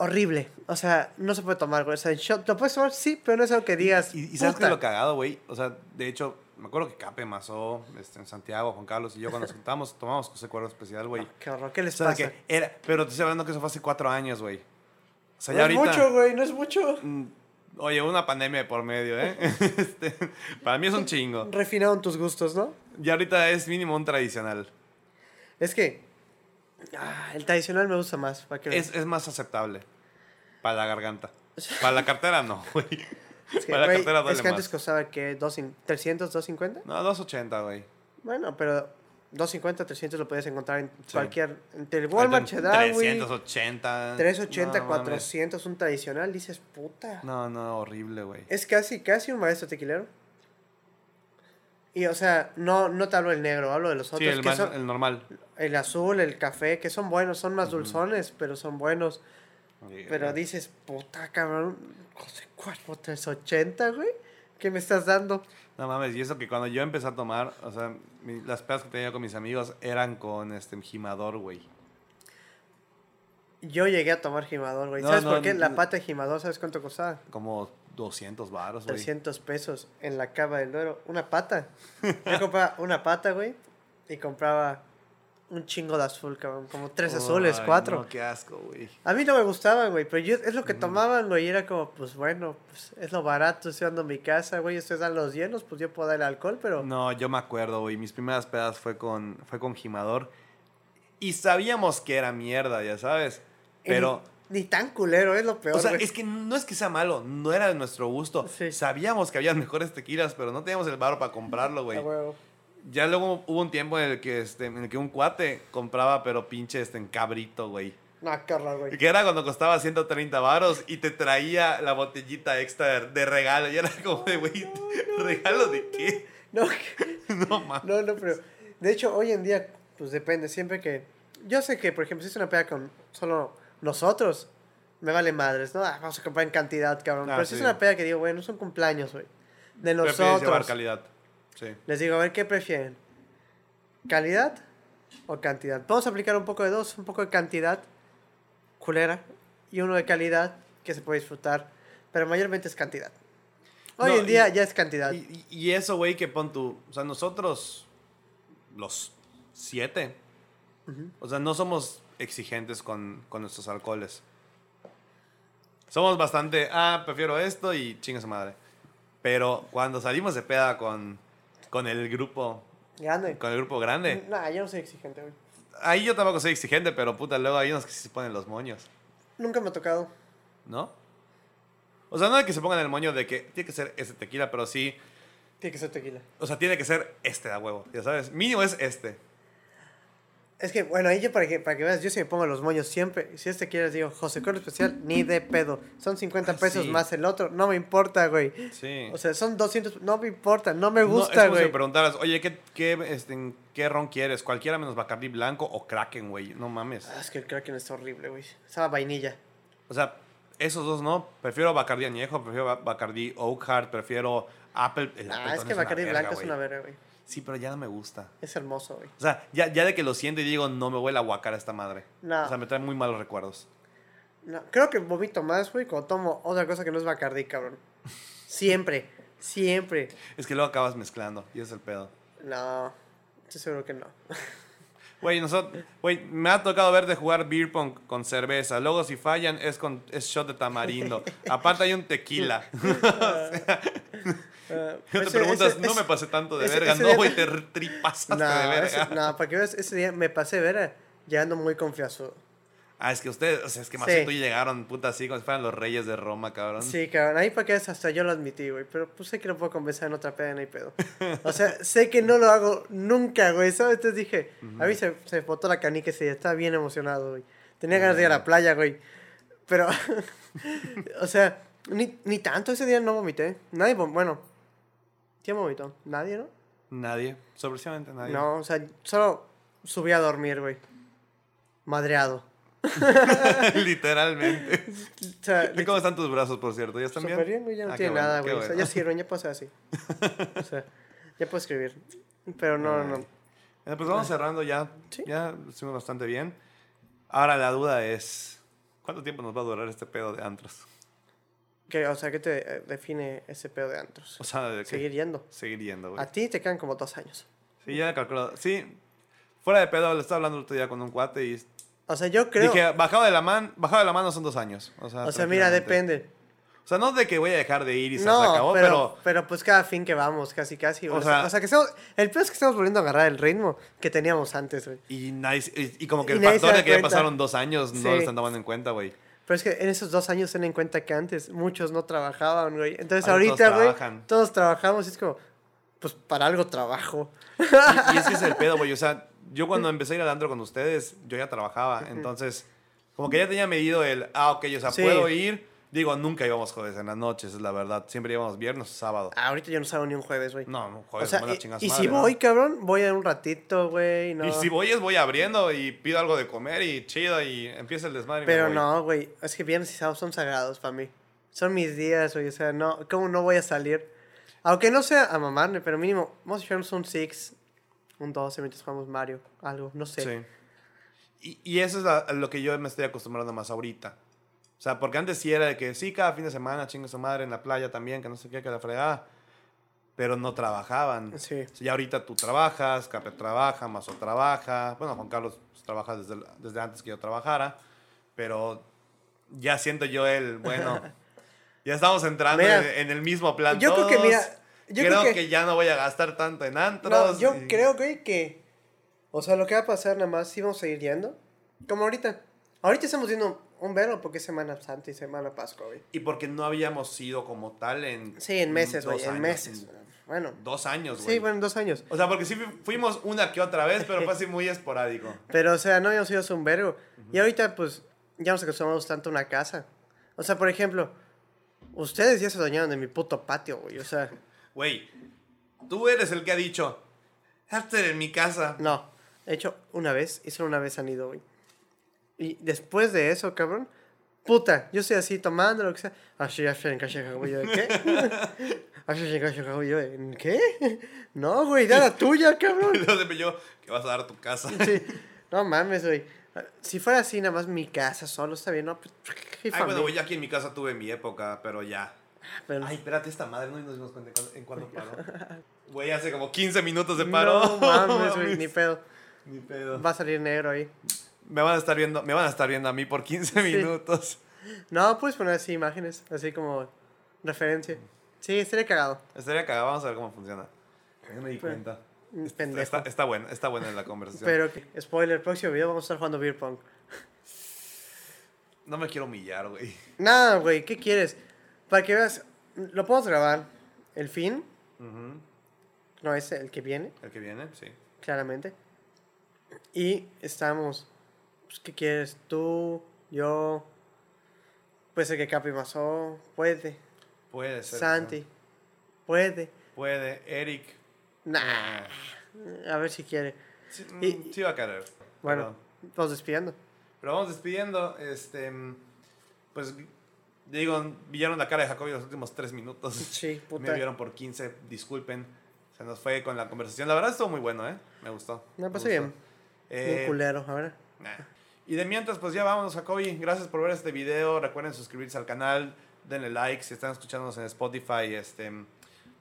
Speaker 2: Horrible, o sea, no se puede tomar, güey. O sea, en shot, lo puedes tomar, sí, pero no es algo que digas.
Speaker 1: Y, y sabes que
Speaker 2: "Puta".
Speaker 1: lo cagado, güey. O sea, de hecho, me acuerdo que Cape Mazó, este, en Santiago, Juan Carlos y yo, cuando nos juntamos, tomamos ese cuadro especial, güey.
Speaker 2: Qué horror, ¿qué les
Speaker 1: O sea,
Speaker 2: pasa?
Speaker 1: que era. Pero te estoy hablando que eso fue hace cuatro años, güey. O sea,
Speaker 2: no
Speaker 1: ya
Speaker 2: es
Speaker 1: ahorita.
Speaker 2: mucho, güey, no es mucho.
Speaker 1: mm, Oye, una pandemia de por medio, ¿eh? Este, para mí es un chingo.
Speaker 2: Refinaron tus gustos, ¿no?
Speaker 1: Y ahorita es mínimo un tradicional.
Speaker 2: Es que ah, el tradicional me gusta más. ¿para qué?
Speaker 1: Es, es más aceptable. Para la garganta. Para la cartera, no, güey.
Speaker 2: Es que,
Speaker 1: para la
Speaker 2: güey,
Speaker 1: cartera duele
Speaker 2: es que antes
Speaker 1: más.
Speaker 2: costaba que dos cin- 300, 250.
Speaker 1: No, 280, güey.
Speaker 2: Bueno, pero 250, 300 lo podías encontrar en
Speaker 1: Sí.
Speaker 2: cualquier. Entre el Walmart, Chedraui,
Speaker 1: 380.
Speaker 2: 380,
Speaker 1: No, mames.
Speaker 2: 400, un tradicional, dices puta.
Speaker 1: No, no, horrible, güey.
Speaker 2: Es casi, casi un maestro tequilero. Y o sea, no, no te hablo del negro, hablo de los otros.
Speaker 1: Sí, el,
Speaker 2: que
Speaker 1: más-
Speaker 2: son-
Speaker 1: el normal.
Speaker 2: el azul, el café, que son buenos, son más dulzones, pero son buenos. Pero dices, puta cabrón, José Cuervo 380, güey. ¿Qué me estás dando?
Speaker 1: No mames, y eso que cuando yo empecé a tomar, o sea, mi- las pedas que tenía con mis amigos eran con este gimador, güey.
Speaker 2: Yo llegué a tomar gimador, güey.
Speaker 1: No,
Speaker 2: ¿Sabes
Speaker 1: no,
Speaker 2: por qué?
Speaker 1: no.
Speaker 2: La pata de gimador, ¿sabes cuánto costaba?
Speaker 1: Como 200 baros, güey.
Speaker 2: 300 pesos en la cava del Duero. Una pata. Yo compraba una pata, güey. Y compraba un chingo de azul, cabrón. Como tres azules,
Speaker 1: Ay,
Speaker 2: cuatro.
Speaker 1: No, qué Mm. asco, güey.
Speaker 2: A mí no me gustaban, güey, pero yo, es lo que tomaban, güey, y era como, pues bueno, pues, es lo barato, estoy dando en mi casa, güey, ustedes dan los hielos, pues yo puedo dar el alcohol, pero...
Speaker 1: No, yo me acuerdo, güey. Mis primeras pedas fue con, fue con gimador. Y sabíamos que era mierda, ya sabes. Pero
Speaker 2: ni tan culero, es lo peor.
Speaker 1: O sea,
Speaker 2: güey.
Speaker 1: es que no es que sea malo, no era de nuestro gusto.
Speaker 2: Sí.
Speaker 1: Sabíamos que había mejores tequilas, pero no teníamos el barro para comprarlo, güey.
Speaker 2: A huevo.
Speaker 1: Ya luego hubo un tiempo en el que, este, en el que un cuate compraba, pero pinche este, en cabrito, güey.
Speaker 2: No, qué horror, güey.
Speaker 1: Que era cuando costaba 130 varos y te traía la botellita extra de, de regalo. Y era como de, güey, ¿regalo de qué?
Speaker 2: No, que-
Speaker 1: No mames.
Speaker 2: no, no, pero. De hecho, hoy en día, pues depende. Siempre que. Yo sé que, por ejemplo, si es una peda con solo nosotros, me vale madres, ¿no? Ah, vamos a comprar en cantidad, cabrón.
Speaker 1: Ah,
Speaker 2: pero si es
Speaker 1: sí.
Speaker 2: una peda que digo, güey, no son cumpleaños, güey. De
Speaker 1: Prefieres llevar
Speaker 2: nosotros.
Speaker 1: calidad. Sí.
Speaker 2: Les digo, a ver, ¿qué prefieren? ¿Calidad o cantidad? Vamos a aplicar un poco de dos, un poco de cantidad culera y uno de calidad que se puede disfrutar, pero mayormente es cantidad. Hoy
Speaker 1: No,
Speaker 2: en día
Speaker 1: y-
Speaker 2: ya es cantidad.
Speaker 1: Y, y- y eso, güey, que pon tú. O sea, nosotros, los siete,
Speaker 2: Ujú.
Speaker 1: o sea, no somos exigentes con, con nuestros alcoholes. Somos bastante, ah, prefiero esto y chinga su madre. Pero cuando salimos de peda con, con el grupo,
Speaker 2: Grande.
Speaker 1: con el grupo grande,
Speaker 2: No, yo no soy exigente, güey.
Speaker 1: ahí yo tampoco soy exigente, pero puta, luego hay unos que sí se ponen los moños,
Speaker 2: Nunca me ha tocado.
Speaker 1: ¿no? O sea, no de que se pongan el moño de que tiene que ser ese tequila, pero sí,
Speaker 2: Tiene que ser tequila.
Speaker 1: o sea, tiene que ser este da huevo, ya sabes. Mínimo es este.
Speaker 2: Es que, bueno, ahí yo para que, para que veas, yo sí me pongo los moños siempre. Si este quieres, digo, José Corro Especial, ni de pedo. Son 50
Speaker 1: Ah,
Speaker 2: pesos
Speaker 1: sí.
Speaker 2: más el otro, no me importa, güey.
Speaker 1: Sí.
Speaker 2: O sea, son 200, no me importa, no me
Speaker 1: No, es
Speaker 2: gusta,
Speaker 1: como si
Speaker 2: güey.
Speaker 1: me preguntaras, oye, ¿qué, qué, este, ¿qué ron quieres? Cualquiera menos Bacardi blanco o Kraken, güey. No mames.
Speaker 2: Ah, es que el Kraken está horrible, güey. Estaba vainilla.
Speaker 1: O sea, esos dos no. Prefiero Bacardi añejo, prefiero Ba- Bacardi Oak Hard, prefiero Apple. El
Speaker 2: Ah,
Speaker 1: Appleton
Speaker 2: es que
Speaker 1: una
Speaker 2: Bacardi
Speaker 1: verga,
Speaker 2: Blanco es
Speaker 1: güey.
Speaker 2: una verga, güey.
Speaker 1: Sí, pero ya no me gusta.
Speaker 2: Es hermoso, güey.
Speaker 1: O sea, ya, ya de que lo siento y digo, no me huele a guacara esta madre.
Speaker 2: No.
Speaker 1: O sea, me trae muy malos recuerdos.
Speaker 2: No, creo que vomito más, güey, cuando tomo otra cosa que no es Bacardi, cabrón. Siempre, siempre.
Speaker 1: Es que luego acabas mezclando y ese es el pedo.
Speaker 2: No, estoy seguro que no.
Speaker 1: Güey, nosotros, güey, me ha tocado ver de jugar beer pong con cerveza. Luego si fallan es con es shot de tamarindo. Aparte hay un tequila.
Speaker 2: Ah,
Speaker 1: Yo te
Speaker 2: ese-
Speaker 1: preguntas,
Speaker 2: ese-
Speaker 1: no
Speaker 2: ese-
Speaker 1: me pasé tanto de
Speaker 2: ese-
Speaker 1: verga.
Speaker 2: ese
Speaker 1: no,
Speaker 2: día-
Speaker 1: güey, te re- tripasaste de
Speaker 2: No,
Speaker 1: verga.
Speaker 2: ese- no, para que veas, ese día me pasé verga llegando muy confianzudo.
Speaker 1: Ah, es que ustedes, o sea, es que más
Speaker 2: Sí.
Speaker 1: que tú llegaron, puta, así como si fueran los reyes de Roma, cabrón.
Speaker 2: Sí, cabrón, ahí para que veas, hasta yo lo admití, güey. Pero pues sé que no puedo convencer en otra peda, no hay pedo. O sea, sé que no lo hago nunca, güey, ¿sabes? Entonces dije, a mí se, se botó la canica ese día, estaba bien emocionado, güey. Tenía ganas de ir a la playa, güey. Pero, o sea, ni, ni tanto ese día no vomité. Nadie, vom- bueno, ¿quién vomitó? Nadie, ¿no?
Speaker 1: Nadie, sorpresivamente nadie.
Speaker 2: No, o sea, solo subí a dormir, güey. Madreado.
Speaker 1: Literalmente.
Speaker 2: O sea,
Speaker 1: ¿Cómo están tus brazos, por cierto? ¿Ya están
Speaker 2: Súper bien, güey, ya no
Speaker 1: Ah, qué
Speaker 2: tiene
Speaker 1: bueno,
Speaker 2: nada,
Speaker 1: qué
Speaker 2: güey. O sea,
Speaker 1: bueno.
Speaker 2: ya sirven, ya puedo hacer así. O sea, ya puedo escribir. Pero no, no, no.
Speaker 1: Eh, Pues vamos cerrando ya.
Speaker 2: Ah. Sí.
Speaker 1: Ya estuvimos bastante bien. Ahora la duda es, ¿cuánto tiempo nos va a durar este pedo de antros?
Speaker 2: Que, o sea, ¿qué te eh, define ese pedo de antros?
Speaker 1: O sea, de que-
Speaker 2: Seguir yendo.
Speaker 1: seguir yendo, güey.
Speaker 2: A ti te quedan como dos años.
Speaker 1: Sí, ya he calculado. Sí, fuera de pedo, le estaba hablando el otro día con un cuate y
Speaker 2: O sea, yo creo.
Speaker 1: dije, bajado de la mano, bajado de la mano son dos años. O sea,
Speaker 2: o sea, mira,
Speaker 1: tranquilamente.
Speaker 2: depende.
Speaker 1: O sea, no de que voy a dejar de ir y se
Speaker 2: No,
Speaker 1: acabó,
Speaker 2: pero,
Speaker 1: pero,
Speaker 2: pero, pues cada fin que vamos, casi, casi.
Speaker 1: O
Speaker 2: O, sea,
Speaker 1: sea-
Speaker 2: o sea, que estamos. El peor es que estamos volviendo a agarrar el ritmo que teníamos antes, güey.
Speaker 1: Y, nadie se- y- y como que
Speaker 2: Y
Speaker 1: el
Speaker 2: nadie se
Speaker 1: factor
Speaker 2: da
Speaker 1: de que ya
Speaker 2: cuenta.
Speaker 1: pasaron dos años no
Speaker 2: Sí.
Speaker 1: lo están tomando en cuenta, güey.
Speaker 2: Pero es que en esos dos años ten en cuenta que antes muchos no trabajaban, güey. Entonces
Speaker 1: Ahora todos
Speaker 2: ahorita, güey,
Speaker 1: trabajan.
Speaker 2: todos trabajamos y es como, pues para algo trabajo.
Speaker 1: Y, y es que es el pedo, güey. O sea, yo cuando empecé a ir al antro con ustedes, yo ya trabajaba. Entonces, como que ya tenía medido el, ah, ok, o sea,
Speaker 2: Sí.
Speaker 1: puedo ir. Digo, nunca íbamos jueves en las noches, es la verdad. Siempre íbamos viernes o sábado.
Speaker 2: Ah, ahorita yo no salgo ni un jueves, güey.
Speaker 1: No, no,
Speaker 2: o
Speaker 1: jueves,
Speaker 2: sea,
Speaker 1: me manda
Speaker 2: y,
Speaker 1: chingas
Speaker 2: y si
Speaker 1: madre, ¿no?
Speaker 2: voy, cabrón, voy a un ratito, güey, no.
Speaker 1: Y si voy es voy abriendo y pido algo de comer y chido y empieza el desmadre. y me
Speaker 2: Pero
Speaker 1: voy.
Speaker 2: no, güey, es que viernes y sábados son sagrados para mí. Son mis días, güey, o sea, no, ¿cómo no voy a salir? Aunque no sea a mamarme, pero mínimo, vamos a echarnos un six, un 12 mientras jugamos Mario, algo, no sé.
Speaker 1: Sí. Y, y eso es la- a lo que yo me estoy acostumbrando más ahorita. O sea, porque antes sí era de que sí, cada fin de semana chinga su madre en la playa también, que no sé qué, que la fregada. Pero no trabajaban.
Speaker 2: Sí.
Speaker 1: O sea, ya ahorita tú trabajas, Cape trabaja, Mazo trabaja. Bueno, Juan Carlos pues, trabaja desde, el- desde antes que yo trabajara. Pero ya siento yo el, bueno, ya estamos entrando
Speaker 2: Mira,
Speaker 1: en, en el mismo plan.
Speaker 2: yo creo que,
Speaker 1: todos.
Speaker 2: mira, yo creo
Speaker 1: creo
Speaker 2: que-
Speaker 1: que... ya no voy a gastar tanto en antros.
Speaker 2: No, yo
Speaker 1: y-
Speaker 2: creo, güey, que. O sea, lo que va a pasar nada más, sí vamos a ir yendo. Como ahorita. Ahorita estamos yendo un verbo porque es Semana Santa y Semana Pascua, güey.
Speaker 1: Y porque no habíamos sido como tal en.
Speaker 2: Sí, en meses,
Speaker 1: Mm, dos
Speaker 2: güey, en
Speaker 1: años,
Speaker 2: meses. Bueno,
Speaker 1: Dos años, güey.
Speaker 2: sí, bueno, en dos años.
Speaker 1: O sea, porque sí fu- fuimos una que otra vez, pero fue así muy esporádico.
Speaker 2: Pero, o sea, no habíamos ido a un vergo. Y ahorita, pues, ya nos acostumbramos tanto a una casa. O sea, por ejemplo, ustedes ya se dañaron de mi puto patio, güey. O sea,
Speaker 1: Güey, tú eres el que ha dicho. After en mi casa.
Speaker 2: no. De hecho, una vez, y solo una vez han ido, güey. Y después de eso, cabrón, puta, yo estoy así tomando lo que sea. Ah, Así, así, en calle, güey, yo, ¿de qué? Ah, Así, en calle, güey, yo, ¿en qué? No, güey, da la tuya,
Speaker 1: Y
Speaker 2: cabrón.
Speaker 1: luego siempre yo, que vas a dar a tu casa.
Speaker 2: Sí. No mames, güey. Si fuera así, nada más mi casa solo está bien, ¿no? Pues, y
Speaker 1: Ay, bueno,
Speaker 2: familia.
Speaker 1: güey, yo aquí en mi casa tuve mi época, pero ya.
Speaker 2: Pero-
Speaker 1: Ay, espérate, esta madre no Y nos dimos cuenta en cuándo- en cuándo paró. Güey, hace como 15 minutos de paro.
Speaker 2: No mames, güey, ni pedo.
Speaker 1: Ni pedo.
Speaker 2: Va a salir negro ahí.
Speaker 1: Me van a estar viendo, me van a estar viendo a mí por 15
Speaker 2: Sí.
Speaker 1: minutos.
Speaker 2: No, puedes poner así imágenes, así como referencia. Sí, estaría cagado.
Speaker 1: Estaría cagado, vamos a ver cómo funciona. Ya me di
Speaker 2: Pero-
Speaker 1: cuenta.
Speaker 2: un
Speaker 1: Está-
Speaker 2: pendejo.
Speaker 1: Está, está buena, está buena la conversación.
Speaker 2: Pero, que- spoiler, próximo video vamos a estar jugando beer pong.
Speaker 1: No me quiero humillar, güey.
Speaker 2: Nada, güey, ¿qué quieres? Para que veas, lo podemos grabar el fin,
Speaker 1: Ujú.
Speaker 2: no es el que viene,
Speaker 1: El que viene, sí.
Speaker 2: claramente. Y estamos, pues, ¿qué quieres? Tú, yo, puede ser que Capi Mazó, puede,
Speaker 1: Puede ser. que
Speaker 2: Santi, puede.
Speaker 1: sea. Puede. Eric.
Speaker 2: Nah,
Speaker 1: Ah.
Speaker 2: a ver si quiere.
Speaker 1: Sí,
Speaker 2: Y-
Speaker 1: mm, sí va a caer.
Speaker 2: Bueno, nos despidiendo.
Speaker 1: Pero, pero vamos despidiendo. Este, mm, pues, digo, vieron la cara de Jacobi los últimos tres minutos. Me
Speaker 2: Sí, puta.
Speaker 1: vieron por 15, disculpen. Se nos fue con la conversación. La verdad estuvo muy bueno, ¿eh? Me gustó.
Speaker 2: Me pasé
Speaker 1: gustó.
Speaker 2: bien.
Speaker 1: Eh,
Speaker 2: Bien culero, ahora.
Speaker 1: Nah. Y de mientras, pues ya vámonos, Jacobi. Gracias por ver este video. Recuerden suscribirse al canal, denle like. Si están escuchándonos en Spotify, este,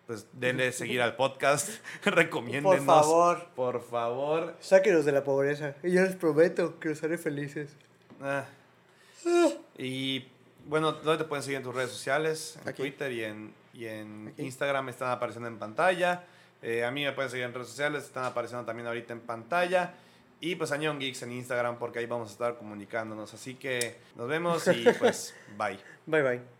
Speaker 1: pues denle seguir al podcast. Recomiéndenos.
Speaker 2: Por favor.
Speaker 1: Por favor.
Speaker 2: Sáquenos de la pobreza. Y yo les prometo que los haré felices.
Speaker 1: Ah. Y bueno, ¿dónde te pueden seguir en tus redes sociales? En
Speaker 2: Aquí.
Speaker 1: Twitter y en, y en
Speaker 2: Aquí.
Speaker 1: Instagram están apareciendo en pantalla. Eh, a mí me pueden seguir en redes sociales, están apareciendo también ahorita en pantalla. Y pues a Neon Geeks en Instagram, porque ahí vamos a estar comunicándonos. Así que nos vemos y pues bye.
Speaker 2: Bye bye.